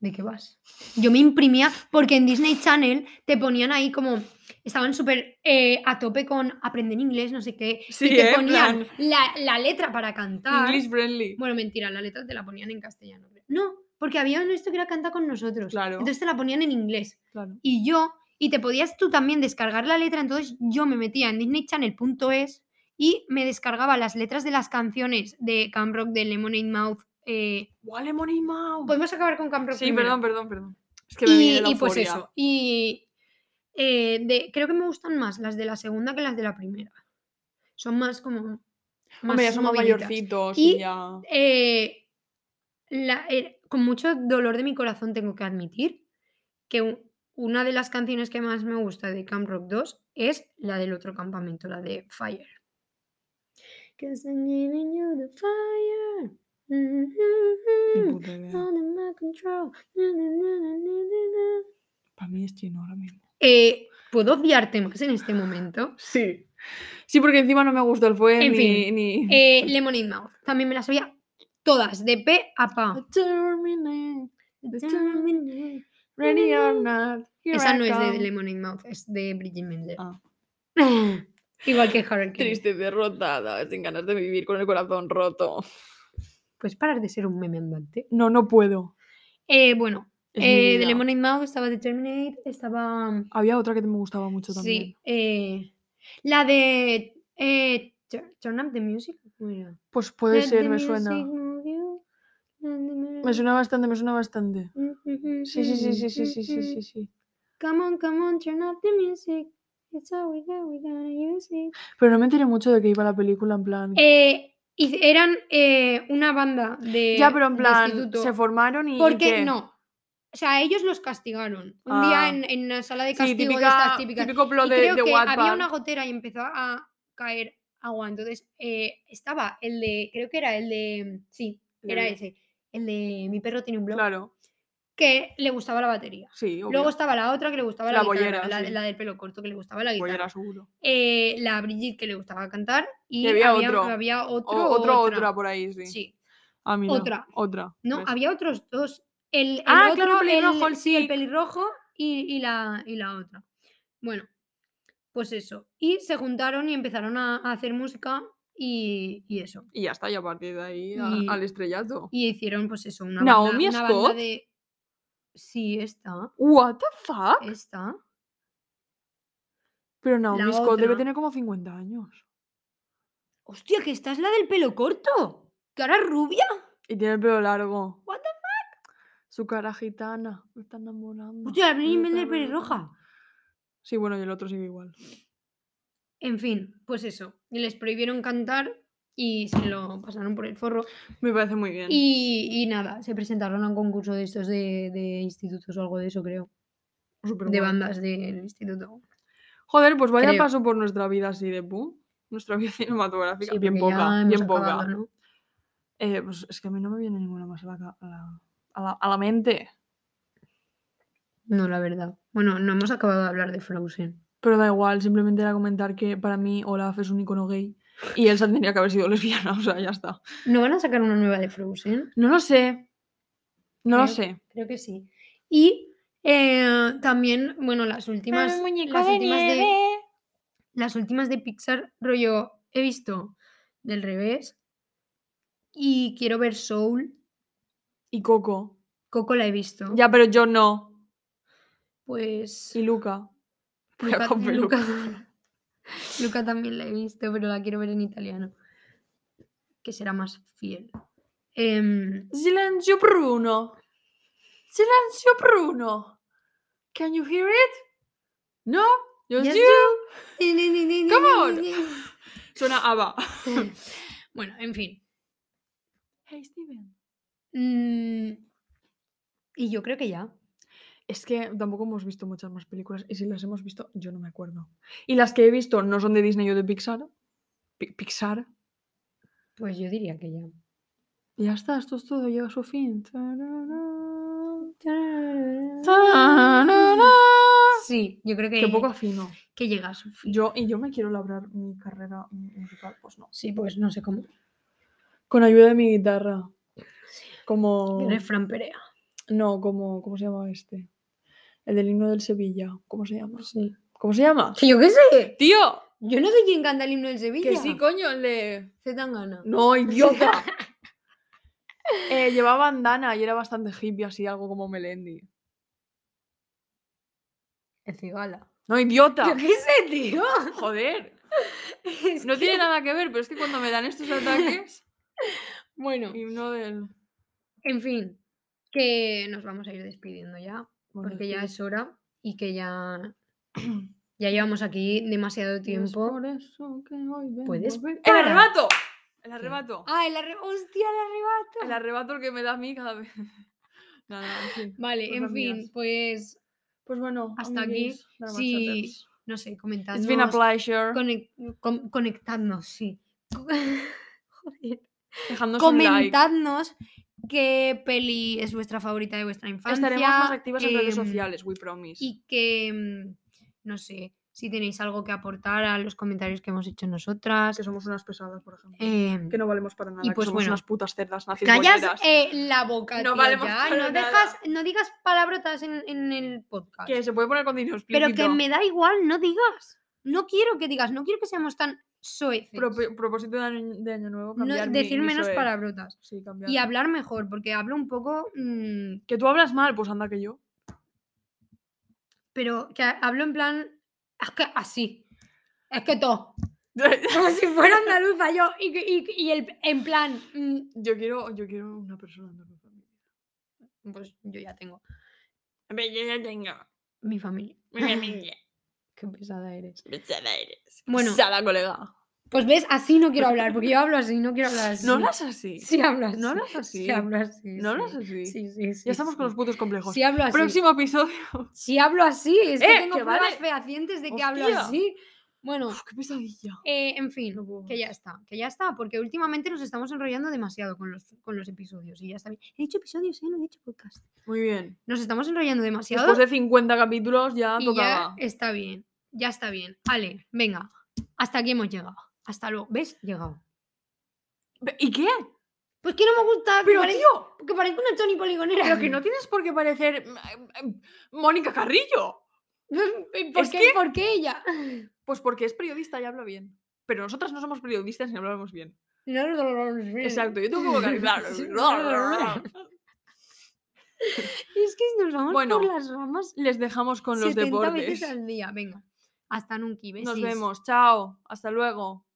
Speaker 2: ¿De qué vas? Yo me imprimía porque en Disney Channel te ponían ahí como. Estaban súper eh, a tope con aprender inglés, no sé qué.
Speaker 1: Sí,
Speaker 2: y te
Speaker 1: ¿eh? En
Speaker 2: ponían
Speaker 1: plan-
Speaker 2: la, la letra para cantar.
Speaker 1: English Friendly.
Speaker 2: Bueno, mentira, la letra te la ponían en castellano. creo. No, porque había uno esto que era canta con nosotros.
Speaker 1: Claro.
Speaker 2: Entonces te la ponían en inglés.
Speaker 1: Claro.
Speaker 2: Y yo, y te podías tú también descargar la letra. Entonces yo me metía en disneychannel.es y me descargaba las letras de las canciones de Camp Rock, de Lemonade Mouth. eh,
Speaker 1: Guau, Lemonade Mouth.
Speaker 2: Podemos acabar con Camp Rock.
Speaker 1: Sí,
Speaker 2: primero?
Speaker 1: perdón, perdón, perdón. Es que me viene
Speaker 2: Pues, Y,
Speaker 1: la
Speaker 2: y pues
Speaker 1: euforia.
Speaker 2: eso. Y eh, de- creo que me gustan más las de la segunda que las de la primera. Son más como. Más
Speaker 1: Hombre, ya somos
Speaker 2: moviditas.
Speaker 1: mayorcitos
Speaker 2: Y-
Speaker 1: y ya.
Speaker 2: Eh, la- eh, con mucho dolor de mi corazón tengo que admitir que u- una de las canciones que más me gusta de Camp Rock 2 es la del otro campamento, la de Fire. 'Cause I'm giving you the fire. Mm, mm,
Speaker 1: Ni
Speaker 2: mm,
Speaker 1: puta idea.
Speaker 2: all in my control. Na, na, na, na, na, na, na.
Speaker 1: Para mí es chino ahora mismo.
Speaker 2: Eh, ¿Puedo odiarte más en este momento?
Speaker 1: Sí. Sí, porque encima no me gustó el fue
Speaker 2: En
Speaker 1: ni.
Speaker 2: fin,
Speaker 1: ni...
Speaker 2: Eh, Lemonade Mouth. También me las sabía todas, de P a Pa.
Speaker 1: Determinate, determinate, ready or not, here
Speaker 2: Esa
Speaker 1: I
Speaker 2: no es de
Speaker 1: come.
Speaker 2: Lemonade Mouth, es de Bridget Mendler.
Speaker 1: Ah.
Speaker 2: Igual que Harold Kane.
Speaker 1: Triste, derrotada, sin ganas de vivir con el corazón roto.
Speaker 2: Puedes parar Pues de ser un meme andante.
Speaker 1: No, no puedo.
Speaker 2: Eh, bueno,
Speaker 1: Es mi
Speaker 2: eh, de
Speaker 1: vida.
Speaker 2: Lemonade Mouth estaba Determinate, estaba. mm,
Speaker 1: Había otra que me gustaba mucho también.
Speaker 2: Sí, eh, la de. eh, Tur- Turn Up the Music. ¿cómo era?
Speaker 1: Pues puede
Speaker 2: Let
Speaker 1: ser,
Speaker 2: the
Speaker 1: me suena.
Speaker 2: music move you, let the
Speaker 1: Me
Speaker 2: music-
Speaker 1: suena bastante, me suena bastante. Sí, sí, sí, sí, sí, sí, sí, sí, sí.
Speaker 2: Come on, come on, turn up the music. It's all we got, we gotta use it.
Speaker 1: Pero no me enteré mucho de que iba la película, en plan.
Speaker 2: Eh, y eran eh, una banda de.
Speaker 1: ya, pero en
Speaker 2: de
Speaker 1: plan,
Speaker 2: instituto.
Speaker 1: se formaron y. y
Speaker 2: ¿Por qué
Speaker 1: qué?
Speaker 2: no? O sea, ellos los castigaron. Un
Speaker 1: Ah.
Speaker 2: día en, en una sala de
Speaker 1: Sí,
Speaker 2: castigo de
Speaker 1: típica,
Speaker 2: estas típicas.
Speaker 1: típico plot
Speaker 2: Y
Speaker 1: de,
Speaker 2: creo
Speaker 1: de
Speaker 2: que había
Speaker 1: Wattpad.
Speaker 2: una gotera y empezó a caer agua. Entonces, eh, estaba el de. Creo que era el de. Sí,
Speaker 1: El
Speaker 2: era
Speaker 1: de-
Speaker 2: ese. El de Mi perro tiene un blog.
Speaker 1: Claro,
Speaker 2: Que le gustaba la batería.
Speaker 1: sí, obvio.
Speaker 2: Luego estaba la otra que le gustaba
Speaker 1: La
Speaker 2: la, guitarra,
Speaker 1: bollera,
Speaker 2: la,
Speaker 1: sí.
Speaker 2: la del pelo corto que le gustaba la guitarra.
Speaker 1: Bollera, Pues seguro.
Speaker 2: eh, la Brigitte que le gustaba cantar y,
Speaker 1: había otro.
Speaker 2: había
Speaker 1: O,
Speaker 2: otro
Speaker 1: otro,
Speaker 2: otra.
Speaker 1: otra por ahí, sí.
Speaker 2: Sí. Pues
Speaker 1: Ah, mira,
Speaker 2: Otra.
Speaker 1: Otra.
Speaker 2: No,
Speaker 1: ¿ves?
Speaker 2: había otros dos. El, el
Speaker 1: Ah,
Speaker 2: otro,
Speaker 1: claro, pelirrojo,
Speaker 2: el,
Speaker 1: el
Speaker 2: sí, el
Speaker 1: chic.
Speaker 2: pelirrojo y, y la, y la otra. Bueno, pues eso. Y se juntaron y empezaron a, a hacer música y, y eso.
Speaker 1: Y ya está, y a partir de ahí a-
Speaker 2: Y-
Speaker 1: al estrellato.
Speaker 2: Y hicieron, pues eso, una
Speaker 1: ¿Naomi
Speaker 2: banda, una banda
Speaker 1: Scott?
Speaker 2: de... Sí, esta,
Speaker 1: ¿What the fuck?
Speaker 2: esta.
Speaker 1: Pero Naomi Scott debe
Speaker 2: otra.
Speaker 1: tener como 50 años.
Speaker 2: Hostia, que esta es la del pelo corto. Cara rubia.
Speaker 1: Y tiene el pelo largo.
Speaker 2: What
Speaker 1: the fuck? Su cara gitana. Me está enamorando.
Speaker 2: Hostia, la Britney
Speaker 1: me
Speaker 2: Mendler
Speaker 1: está
Speaker 2: pelirroja.
Speaker 1: enamorando. Sí, bueno, y el otro sigue igual.
Speaker 2: En fin, pues eso. Y les prohibieron cantar y se lo pasaron por el forro.
Speaker 1: Me parece muy bien.
Speaker 2: Y, y nada, se presentaron a un concurso de estos de, de institutos o algo de eso, creo.
Speaker 1: Súper
Speaker 2: de
Speaker 1: guay.
Speaker 2: bandas del instituto.
Speaker 1: Joder, pues vaya
Speaker 2: Creo.
Speaker 1: paso por nuestra vida así de pum. Nuestra vida cinematográfica.
Speaker 2: Sí,
Speaker 1: bien
Speaker 2: porque ya
Speaker 1: poca,
Speaker 2: hemos
Speaker 1: bien poca.
Speaker 2: acabado, ¿no?
Speaker 1: Eh, pues es que a mí no me viene ninguna más a la, ca- a la- a la- a la mente.
Speaker 2: No, la verdad. Bueno, no hemos acabado de hablar de Frozen.
Speaker 1: Pero da igual, simplemente era comentar que para mí Olaf es un icono gay y Elsa tendría que haber sido lesbiana, o sea, ya está.
Speaker 2: ¿No van a sacar una nueva de Frozen?
Speaker 1: No lo sé. No lo
Speaker 2: Creo-
Speaker 1: sé.
Speaker 2: Creo que sí. Y eh, también, bueno, las últimas. las últimas de- las últimas de Pixar, rollo, he visto del revés. Y quiero ver Soul.
Speaker 1: Y Coco.
Speaker 2: Coco la he visto.
Speaker 1: Ya, pero yo no.
Speaker 2: Pues.
Speaker 1: Y Luca. Voy a
Speaker 2: Luca,
Speaker 1: con peluca.
Speaker 2: Luca- Luca también la he visto, pero la quiero ver en italiano. Que será más fiel. Em,
Speaker 1: Silencio Bruno. Silencio Bruno. Can you hear it? No? Yes,
Speaker 2: Yes,
Speaker 1: you. Come on. Suena ABBA.
Speaker 2: bueno, en fin.
Speaker 1: Hey, Steven.
Speaker 2: Mm, y yo creo que ya.
Speaker 1: Es que tampoco hemos visto muchas más películas y si las hemos visto, yo no me acuerdo. Y las que he visto no son de Disney o de Pixar. Pi- Pixar.
Speaker 2: Pues yo diría que ya.
Speaker 1: Y ya está, esto es todo, llega a su fin. Tararán, tararán.
Speaker 2: Sí, yo creo Ah. que,
Speaker 1: Qué poco afino.
Speaker 2: que llega a su fin.
Speaker 1: Yo, y yo me quiero labrar mi carrera musical, pues no.
Speaker 2: Sí, pues no sé cómo.
Speaker 1: Con ayuda de mi guitarra. Como.
Speaker 2: Eres Fran Perea.
Speaker 1: No, como. ¿Cómo se llama este? El del himno del Sevilla. ¿Cómo se llama? ¿Cómo se llama?
Speaker 2: Que yo qué sé.
Speaker 1: ¡Tío!
Speaker 2: Yo no sé quién canta el himno del Sevilla.
Speaker 1: Que sí, coño, el de.
Speaker 2: Se dan ganas.
Speaker 1: ¡No, idiota! Eh, llevaba bandana y era bastante hippie, así algo como Melendi.
Speaker 2: El cigala.
Speaker 1: ¡No, idiota!
Speaker 2: Yo qué sé, tío.
Speaker 1: ¡Joder!
Speaker 2: Es
Speaker 1: No
Speaker 2: que-
Speaker 1: tiene nada que ver, pero es que cuando me dan estos ataques.
Speaker 2: Bueno,
Speaker 1: Himno del.
Speaker 2: en fin. Que nos vamos a ir despidiendo ya. Porque ya es hora y que ya. Ya llevamos aquí demasiado
Speaker 1: Y es
Speaker 2: tiempo.
Speaker 1: por eso que hoy
Speaker 2: ¿Puedes
Speaker 1: vengo a ver-
Speaker 2: parar?
Speaker 1: ¡El arrebato! El arrebato.
Speaker 2: Ah, el arre... ¡Hostia, el arrebato!
Speaker 1: El arrebato que me da a mí cada vez. Nada, en fin.
Speaker 2: Vale,
Speaker 1: Pues
Speaker 2: en
Speaker 1: amigas.
Speaker 2: fin, pues
Speaker 1: Pues bueno,
Speaker 2: Hasta aquí,
Speaker 1: amiguis, nada más
Speaker 2: sí,
Speaker 1: chaters.
Speaker 2: no sé, comentadnos.
Speaker 1: It's been a pleasure.
Speaker 2: conec- con- conectadnos, sí. Joder.
Speaker 1: Dejadnos un like.
Speaker 2: Comentadnos qué peli es vuestra favorita de vuestra infancia.
Speaker 1: Estaremos más activas en redes
Speaker 2: em,
Speaker 1: sociales, we promise.
Speaker 2: Y que, em, no sé, si tenéis algo que aportar a los comentarios que hemos hecho nosotras.
Speaker 1: Que somos unas pesadas, por ejemplo.
Speaker 2: em,
Speaker 1: que no valemos para nada.
Speaker 2: y
Speaker 1: que
Speaker 2: pues
Speaker 1: somos
Speaker 2: bueno.
Speaker 1: unas putas cerdas nazis
Speaker 2: Callas
Speaker 1: boleras.
Speaker 2: eh, la boca,
Speaker 1: No
Speaker 2: tía,
Speaker 1: valemos
Speaker 2: ya,
Speaker 1: para
Speaker 2: no,
Speaker 1: nada.
Speaker 2: dejas, no digas palabrotas en, en el podcast.
Speaker 1: Que se puede poner contenido
Speaker 2: Pero
Speaker 1: explícito.
Speaker 2: que me da igual, no digas. No quiero que digas, no quiero que seamos tan soeces.
Speaker 1: Propo- propósito de año, de año nuevo,
Speaker 2: No-
Speaker 1: cambiar mi-
Speaker 2: decir
Speaker 1: mi
Speaker 2: menos
Speaker 1: soe.
Speaker 2: palabrotas.
Speaker 1: Sí, cambiar.
Speaker 2: Y hablar mejor, porque hablo un poco. mm,
Speaker 1: Que tú hablas mal, pues anda que yo.
Speaker 2: pero que ha- hablo en plan. Es que así. Es que todo. Como si fuera andaluza yo. Y, que- y- y el, en plan. mm,
Speaker 1: yo quiero, yo quiero una persona andaluza.
Speaker 2: pues yo ya tengo.
Speaker 1: Yo ya tengo
Speaker 2: Mi familia.
Speaker 1: una niña.
Speaker 2: Qué pesada eres.
Speaker 1: Pesada eres.
Speaker 2: Bueno.
Speaker 1: Pesada, colega.
Speaker 2: Pues ves, así no quiero hablar, porque yo hablo así, no quiero hablar así.
Speaker 1: No hablas así.
Speaker 2: Sí hablo así.
Speaker 1: No hablas así.
Speaker 2: Sí hablo así.
Speaker 1: No hablas
Speaker 2: sí.
Speaker 1: así.
Speaker 2: Sí, sí, sí.
Speaker 1: ya estamos con los putos complejos.
Speaker 2: Si hablo así.
Speaker 1: Próximo episodio.
Speaker 2: Si hablo así, es que
Speaker 1: ¡Eh,
Speaker 2: tengo
Speaker 1: que
Speaker 2: pruebas
Speaker 1: vale!
Speaker 2: fehacientes de que hablo
Speaker 1: ¡Hostia!
Speaker 2: así. Bueno,
Speaker 1: Uf, qué pesadilla.
Speaker 2: eh, en fin,
Speaker 1: No puedo
Speaker 2: que ya está, que ya está, porque últimamente nos estamos enrollando demasiado con los, con los episodios y ya está bien. He dicho episodios, ¿eh? no he dicho podcast.
Speaker 1: Muy bien.
Speaker 2: Nos estamos enrollando demasiado
Speaker 1: Después de 50 capítulos ya
Speaker 2: y ya
Speaker 1: tocaba.
Speaker 2: está bien, ya está bien. Ale, venga, hasta aquí hemos llegado. Hasta luego, ¿ves? Llegado.
Speaker 1: Pe- ¿Y qué?
Speaker 2: Pues que no me gusta, que,
Speaker 1: Pero
Speaker 2: parezco,
Speaker 1: tío,
Speaker 2: que parezco una Tony Poligonera.
Speaker 1: pero que no tienes por qué parecer mm, mm, Mónica Carrillo.
Speaker 2: ¿Por,
Speaker 1: es
Speaker 2: qué,
Speaker 1: que-
Speaker 2: ¿Por qué ella?
Speaker 1: Pues porque es periodista y habla bien. Pero nosotras no somos periodistas ni hablamos bien. Exacto, yo tengo que hablar.
Speaker 2: Es que nos vamos
Speaker 1: Bueno,
Speaker 2: por las ramas
Speaker 1: Les dejamos con los
Speaker 2: 70 veces
Speaker 1: deportes.
Speaker 2: al día. Venga, hasta nunca.
Speaker 1: Nos
Speaker 2: besis.
Speaker 1: vemos. Chao. Hasta luego.